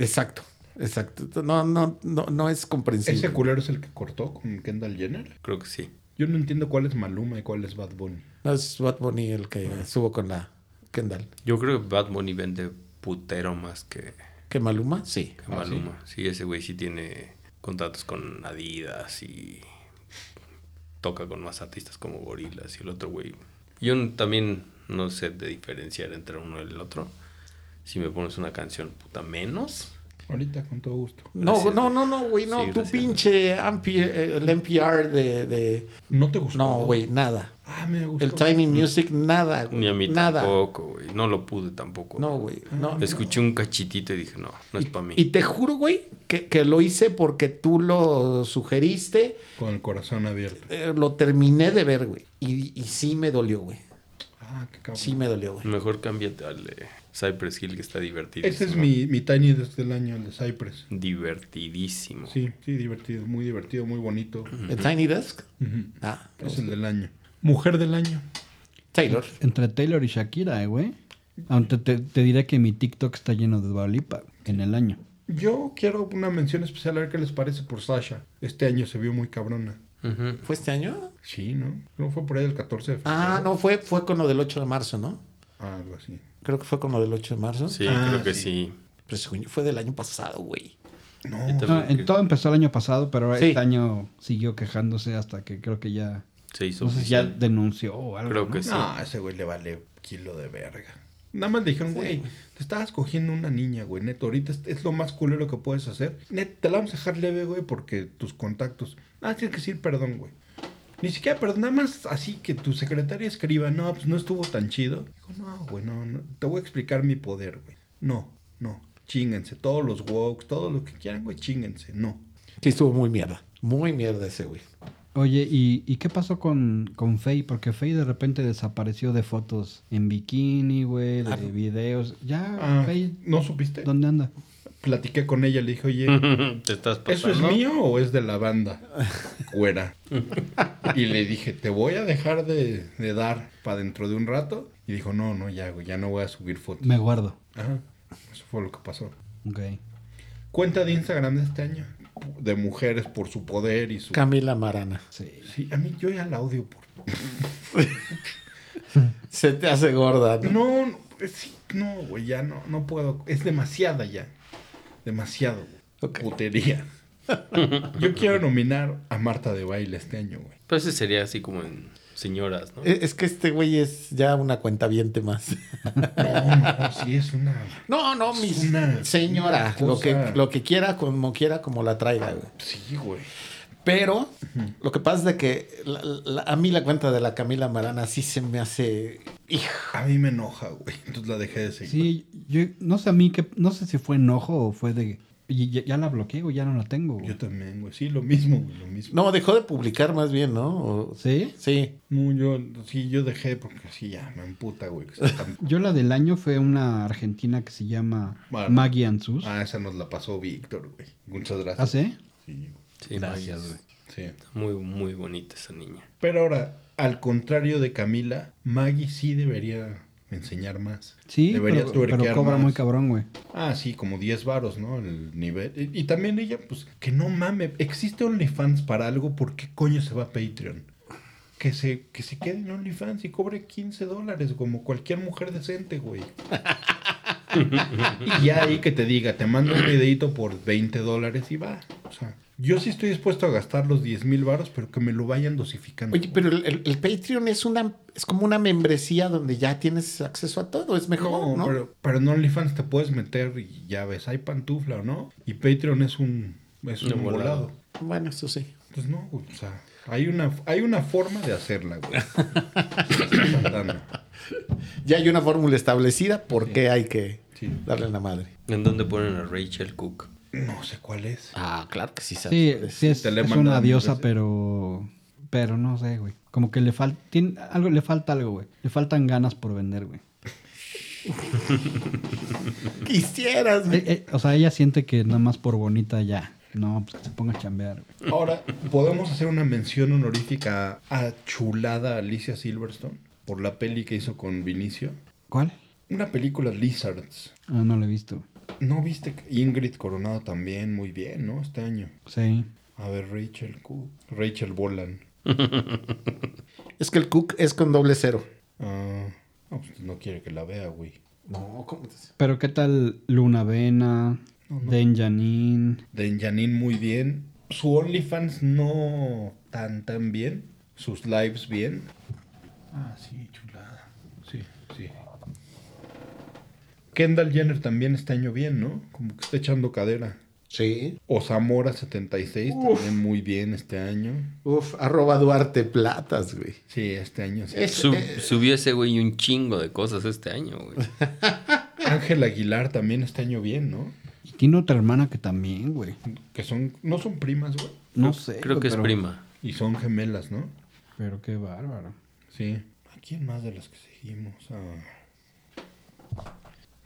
exacto. Exacto. No, no, no, no es comprensible. Ese culero es el que cortó con Kendall Jenner. Creo que sí. Yo no entiendo cuál es Maluma y cuál es Bad Bunny. No es Bad Bunny el que estuvo con la Kendall. Yo creo que Bad Bunny vende putero más que ¿Que Maluma? Sí. Que Maluma. ¿sí? ese güey sí tiene contratos con Adidas y toca con más artistas como Gorilas y el otro güey. Yo n- también no sé de diferenciar entre uno y el otro. Si me pones una canción puta menos, Ahorita con todo gusto. No, Gracias. no, no, no, güey, no. Sí, tu gracias. pinche ampi- eh, el NPR de. de- ¿No te gustó? No, güey, nada. Ah, me gustó. El Tiny Music, nada, güey. ni a mí nada. tampoco, güey. No lo pude tampoco. No, güey. No. Escuché un cachitito y dije, no, no es para mí. Y te juro, güey, que, que lo hice porque tú lo sugeriste. Con el corazón abierto. eh, lo terminé de ver, güey. Y, y sí me dolió, güey. Ah, qué cabrón. Sí me dolió, güey. Mejor cámbiate al de Cypress Hill que está divertido. Ese es mi, mi Tiny desde el año, el de Cypress. Divertidísimo. Sí, sí, divertido, muy divertido, muy bonito. ¿El Tiny Desk? Ujú. Ah, Es el del año. Mujer del año. Taylor. Entre Taylor y Shakira, eh, güey. Aunque te, te diré que mi TikTok está lleno de Dualipa en el año. Yo quiero una mención especial a ver qué les parece por Sasha. Este año se vio muy cabrona. Ujú. ¿Fue este año? Sí, ¿no? No fue por ahí el 14 de febrero. Ah, no, fue, fue con lo del 8 de marzo, ¿no? Algo así. Creo que fue con lo del 8 de marzo. Sí, Ah, creo que sí. sí. Pero según yo fue del año pasado, güey. No, Yo No, también en creo- todo empezó el año pasado, pero Sí. este año siguió quejándose hasta que creo que ya. Se hizo. No sé si ya oficial. denunció o algo. Creo ¿no? que sí. No, a ese güey le vale kilo de verga. pues, Nada más le dijeron, güey, te estabas cogiendo una niña, güey, neto. Ahorita es, es lo más culero que puedes hacer. Neto, te la vamos a dejar leve, güey, porque tus contactos. Ah, tienes que decir perdón, güey. Ni siquiera, pero nada más así que tu secretaria escriba, no, pues no estuvo tan chido. Dijo, no, güey, no, no. Te voy a explicar mi poder, güey. No, no. Chinguense. Todos los woke, todo lo que quieran, güey, chinguense. No. Sí, estuvo muy mierda. Muy mierda ese, güey. Oye, ¿y, y qué pasó con, con Faye? Porque Faye de repente desapareció de fotos en bikini, güey, de Ah. videos. Ya, Ah, Faye, ¿no supiste? ¿dónde anda? Platiqué con ella, le dije, oye, Te estás ¿Eso pasando. es mío o es de la banda? Güera. Y le dije, te voy a dejar de, de dar para dentro de un rato. Y dijo, no, no, ya, güey, ya no voy a subir fotos. Me guardo. Ajá. Eso fue lo que pasó. Ok. Cuenta de Instagram de este año. De mujeres por su poder y su... Camila Marana. Sí. Sí, a mí yo ya la odio por... Se te hace gorda, ¿no? No, no, es- sí, no, güey, ya no, no puedo. Es demasiada ya. Demasiado, güey. Ok. Putería. Yo quiero nominar a Marta de Baile este año, güey. Pero ese sería así como en señoras, ¿no? Es es que este güey es ya una cuenta viente más. No, no, sí es una... No, no, mi Es una- señora. una Lo cosa. que, lo que quiera, como quiera, como la traiga, güey. Sí, güey. Pero lo que pasa es de que la- la- a mí la cuenta de la Camila Marana sí se me hace. Hijo. A mí me enoja, güey. Entonces la dejé de seguir. Sí, yo no sé a mí que no sé si fue enojo o fue de y- ya, ya la bloqueé o ya no la tengo. güey. Yo también, güey. Sí, lo mismo, güey, lo mismo. No, dejó de publicar más bien, ¿no? O- ¿Sí? Sí. No, yo, sí, yo dejé porque sí, ya, me emputa, güey. que sea tan- Yo la del año fue una argentina que se llama Vale. Maggie Ansus. ah, esa nos la pasó Víctor, güey. Muchas gracias. ¿Ah, sí? Sí, güey. Sí, magias, güey. sí. Muy, muy bonita esa niña. Pero ahora, al contrario de Camila, Maggie sí debería enseñar más. Sí, debería pero, tuerquear pero cobra más. muy cabrón, güey. Ah, sí, como 10 varos, ¿no? El nivel. Y, y también ella, pues, que no mame. Existe OnlyFans para algo, ¿por qué coño se va a Patreon? Que se, que se quede en OnlyFans y cobre 15 dólares, como cualquier mujer decente, güey. y ya ahí que te diga, te mando un videito por 20 dólares y va. O sea, yo sí estoy dispuesto a gastar los 10 mil varos, pero que me lo vayan dosificando. Oye, pero el, el- el Patreon es una es como una membresía donde ya tienes acceso a todo. Es mejor, ¿no? No, Pero, pero en OnlyFans te puedes meter y ya ves, hay pantufla o no. Y Patreon es un, es un Un volado. volado. Bueno, eso sí. Pues no, güey, o sea, hay una, hay una forma de hacerla, güey. Se está faltando. Ya hay una fórmula establecida, ¿por qué hay que Sí. darle la madre? ¿En dónde ponen a Rachel Cook? No sé cuál es. Ah, claro que sí sabes. Sí, sí es, pues, te le es mandan una diosa, veces. pero pero no sé, güey. Como que le falta algo le falta algo, güey. Le faltan ganas por vender, güey. Quisieras, güey. Eh, eh, o sea, ella siente que nada más por bonita ya. No, pues que se ponga a chambear, güey. Ahora, ¿podemos hacer una mención honorífica a chulada Alicia Silverstone? Por la peli que hizo con Vinicio. ¿Cuál? Una película Lizards. Ah, no la he visto. güey. ¿No viste que Ingrid Coronado también? Muy bien, ¿no? Este año. Sí. A ver, Rachel Cook. Rachel Bolan. Es que el cook es con doble cero. Ah, no, pues no quiere que la vea, güey. No, ¿cómo te Pero ¿qué tal Luna Vena, Den Janin? De Janine muy bien. Su OnlyFans no tan tan bien. Sus lives bien. Ah, sí, chulada. Sí, sí. Kendall Jenner también este año bien, ¿no? Como que está echando cadera. Sí. Osamora76 también muy bien este año. Uf, arroba Duarte Platas, güey. Sí, este año sí. Es- eh, Su- subió ese güey un chingo de cosas este año, güey. Ángel Aguilar también este año bien, ¿no? Y tiene otra hermana que también, güey. Que son, no son primas, güey. No sé. Creo que es pero- prima. Y son gemelas, ¿no? Pero qué bárbaro. Sí. ¿A quién más de las que seguimos? Ah.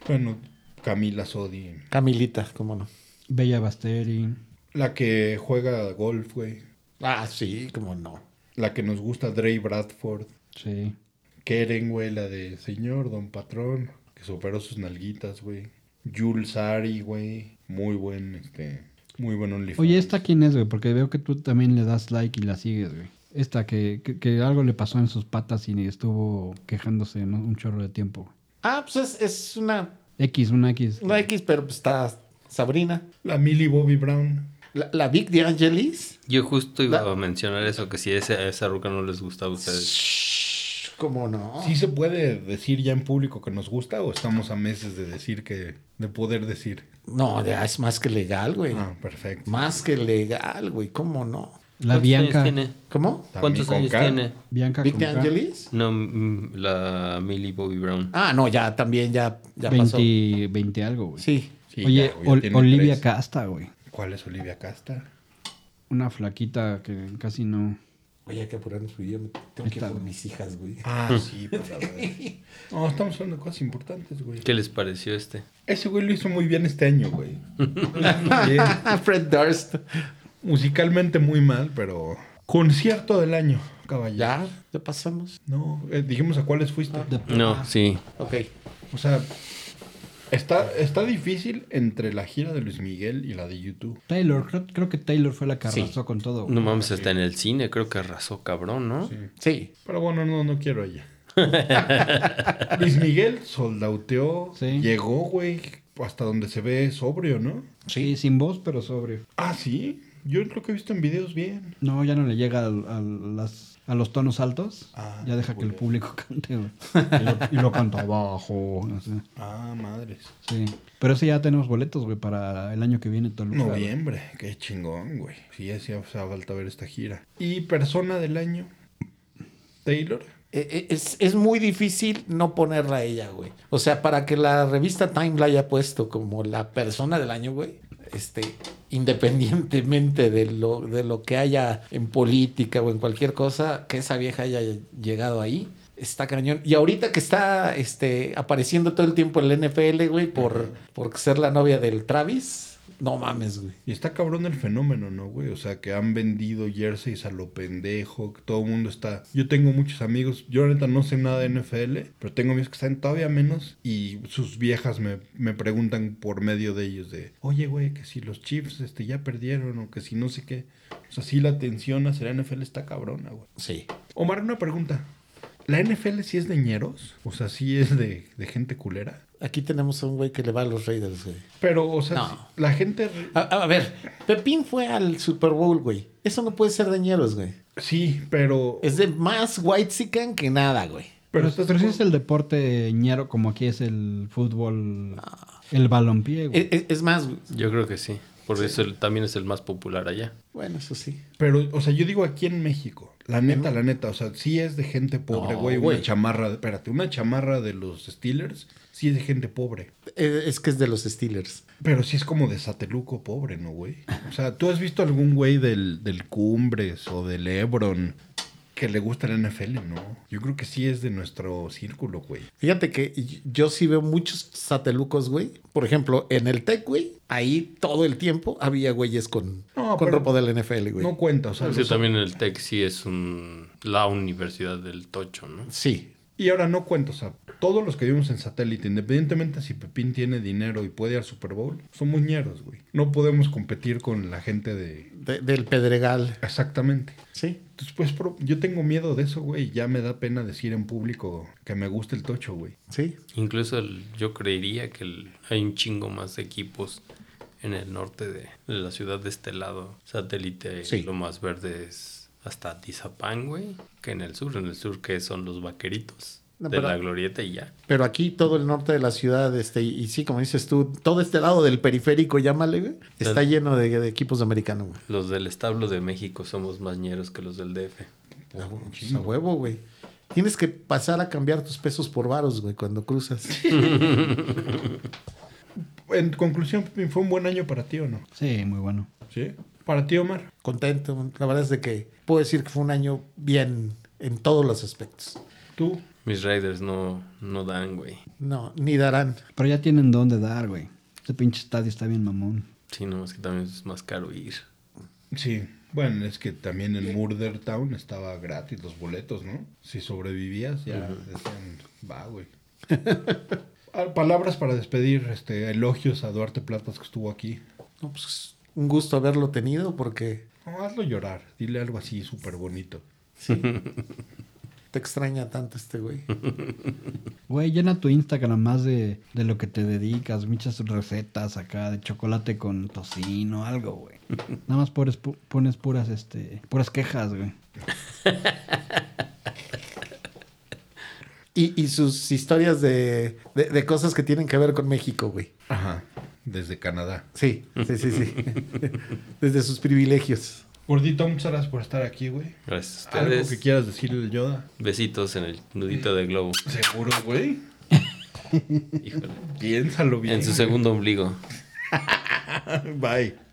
Bueno, Camila Sodi. Camilita, cómo no. Bella Basteri. La que juega golf, güey. Ah, sí, cómo no. La que nos gusta, Dre Bradford. Sí. Keren, güey, la de señor, don patrón. Que superó sus nalguitas, güey. Jules Sari, güey. Muy buen, este... Muy buen OnlyFans. Oye, ¿esta quién es, güey? Porque veo que tú también le das like y la sigues, güey. Esta que, que, que algo le pasó en sus patas y estuvo quejándose ¿no? un chorro de tiempo. Ah, pues es, es una, X, una X. una X, pero pues está Sabrina. La Millie Bobby Brown. La, la Vic de Angelis. Yo justo iba La- a mencionar eso, que si ese- a esa ruca no les gusta a ustedes. Shh, ¿Cómo no? ¿Sí se puede decir ya en público que nos gusta o estamos a meses de decir que... De poder decir. No, ya es más que legal, güey. Ah, perfecto. Más que legal, güey. ¿Cómo no? La ¿Cuántos años Bianca. tiene? ¿Cómo? También ¿Cuántos con años K. tiene? Bianca ¿Vic con de K. Angelis? No, mm, la Millie Bobby Brown. Ah, no, ya también, ya, ya pasó. 20, 20 algo, güey. Sí. Sí, Oye, ya, güey, Ol- tiene Olivia tres. Casta, güey. ¿Cuál es Olivia Casta? Una flaquita que casi no. Oye, hay que apurarnos, güey. Yo me tengo que ir Está por bien. mis hijas, güey. Ah, sí, por la verdad. No, estamos hablando de cosas importantes, güey. ¿Qué les pareció este? Ese güey lo hizo muy bien este año, güey. Muy bien. Ah, Fred Durst. Musicalmente muy mal, pero. Concierto del año, caballero. Ya, ya pasamos. No, eh, dijimos a cuáles fuiste. No, sí. Ok. O sea, está, está difícil entre la gira de Luis Miguel y la de YouTube. Taylor, creo, creo que Taylor fue la que Sí. arrasó con todo. güey. No mames, hasta en el cine creo que arrasó cabrón, ¿no? Sí. Pero bueno, no, no quiero ella. Luis Miguel soldauteó, Sí. llegó, güey, hasta donde se ve sobrio, ¿no? Sí, sin voz, pero sobrio. Ah, sí. Yo lo que he visto en videos bien. No, ya no le llega al- a, las, a los tonos altos. Ah, ya deja que el güey. público cante, güey. Y lo, y lo canta abajo. así. Ah, madres. Sí. Pero ese ya tenemos boletos, güey, para el año que viene. Toluca, güey. Noviembre, qué chingón, güey. Sí, hacía falta ver esta gira. Y persona del año, Taylor. E- e- Es, es muy difícil no ponerla a ella, güey. O sea, para que la revista Time la haya puesto como la persona del año, güey. Este, independientemente de lo, de lo que haya en política o en cualquier cosa, que esa vieja haya llegado ahí, está cañón. Y ahorita que está este, apareciendo todo el tiempo en la NFL, güey, por, por ser la novia del Travis, no mames, güey. Y está cabrón el fenómeno, ¿no, güey? O sea, que han vendido jerseys a lo pendejo, que todo el mundo está... Yo tengo muchos amigos, yo neta no sé nada de NFL, pero tengo amigos que saben todavía menos y sus viejas me, me preguntan por medio de ellos de, oye, güey, que si los Chiefs este, ya perdieron o que si no sé qué. O sea, sí la atención hacia la NFL está cabrona, güey. Sí. Omar, una pregunta. ¿La NFL sí es de ñeros? O sea, sí es de, de gente culera. Aquí tenemos a un güey que le va a los Raiders, güey. Pero, o sea, No. sí- la gente... A, a- a ver, Pepín fue al Super Bowl, güey. Eso no puede ser de ñeros, güey. Sí, pero... Es de más white chican que nada, güey. Pero, estás pero sí de es el deporte ñero, como aquí es el fútbol, el balompié, güey. Es, es- E, es más, güey. Yo creo que sí. Por eso el- también es el más popular allá. bueno, eso sí. Pero, o sea, yo digo aquí en México, la neta, la neta, o sea, sí es de gente pobre, No, güey. güey. una chamarra, de- espérate, una chamarra de los Steelers, sí es de gente pobre. E, Es, es que es de los Steelers. Pero sí es como de sateluco pobre, ¿no, güey? O sea, ¿tú has visto algún güey del, del Cumbres o del Ebron que le gusta la NFL? No. Yo creo que sí es de nuestro círculo, güey. Fíjate que y- yo sí veo muchos satelucos, güey. Por ejemplo, en el Tech, güey, ahí todo el tiempo había güeyes con, No, con pero- ropa del NFL, güey. No Pues cuenta, o sea, Es que los- también el TEC sí es un, la universidad del tocho, ¿no? Sí. Y ahora no cuento, o sea, todos los que vimos en satélite, independientemente si Pepín tiene dinero y puede ir al Super Bowl, son muñeros, güey. No podemos competir con la gente de... de- del Pedregal. Exactamente. Sí. Entonces, pues, pro- yo tengo miedo de eso, güey. Ya me da pena decir en público que me gusta el tocho, güey. Sí. Incluso el- yo creería que el- hay un chingo más de equipos en el norte de, de la ciudad de este lado. Satélite, Sí. lo más verde es hasta Tizapán, güey, que en el sur. En el sur que son los vaqueritos No, de pero- la glorieta y ya. Pero aquí todo el norte de la ciudad, este, y sí, como dices tú, todo este lado del periférico, llámale, güey, está Claro. lleno de, de equipos de americano, güey. Los del establo de México somos más ñeros que los del DF. A hue- pues, a huevo, güey. Tienes que pasar a cambiar tus pesos por varos, güey, cuando cruzas. En conclusión, Pepín, ¿fue un buen año para ti o no? Sí, muy bueno. ¿Sí? Para ti, Omar. Contento. La verdad es de que puedo decir que fue un año bien en todos los aspectos. Tú. Mis Raiders no, no dan, güey. No, ni darán. Pero ya tienen dónde dar, güey. Este pinche estadio está bien mamón. Sí, nomás que también es más caro ir. Sí. Bueno, es que también en Murder Town estaba gratis los boletos, ¿no? Si sobrevivías, ya decían, va, güey. Ah, Palabras para despedir, este, elogios a Duarte Platas que estuvo aquí. No, pues, un gusto haberlo tenido porque No, hazlo llorar, dile algo así súper bonito. te extraña tanto este güey. Güey, llena tu Instagram más de, de lo que te dedicas. Muchas recetas acá de chocolate con tocino, algo, güey. Nada más pones, pu- pones puras, este, puras quejas, güey. Y, y sus historias de, de- de cosas que tienen que ver con México, güey. Ajá, desde Canadá. Sí, sí, sí, sí. Desde sus privilegios. Gordito, muchas gracias por estar aquí, güey. Gracias a Algo ustedes. que quieras decirle al Yoda. Besitos en el nudito de globo. Seguro, güey. Híjole. Piénsalo bien. En su segundo ombligo. Bye.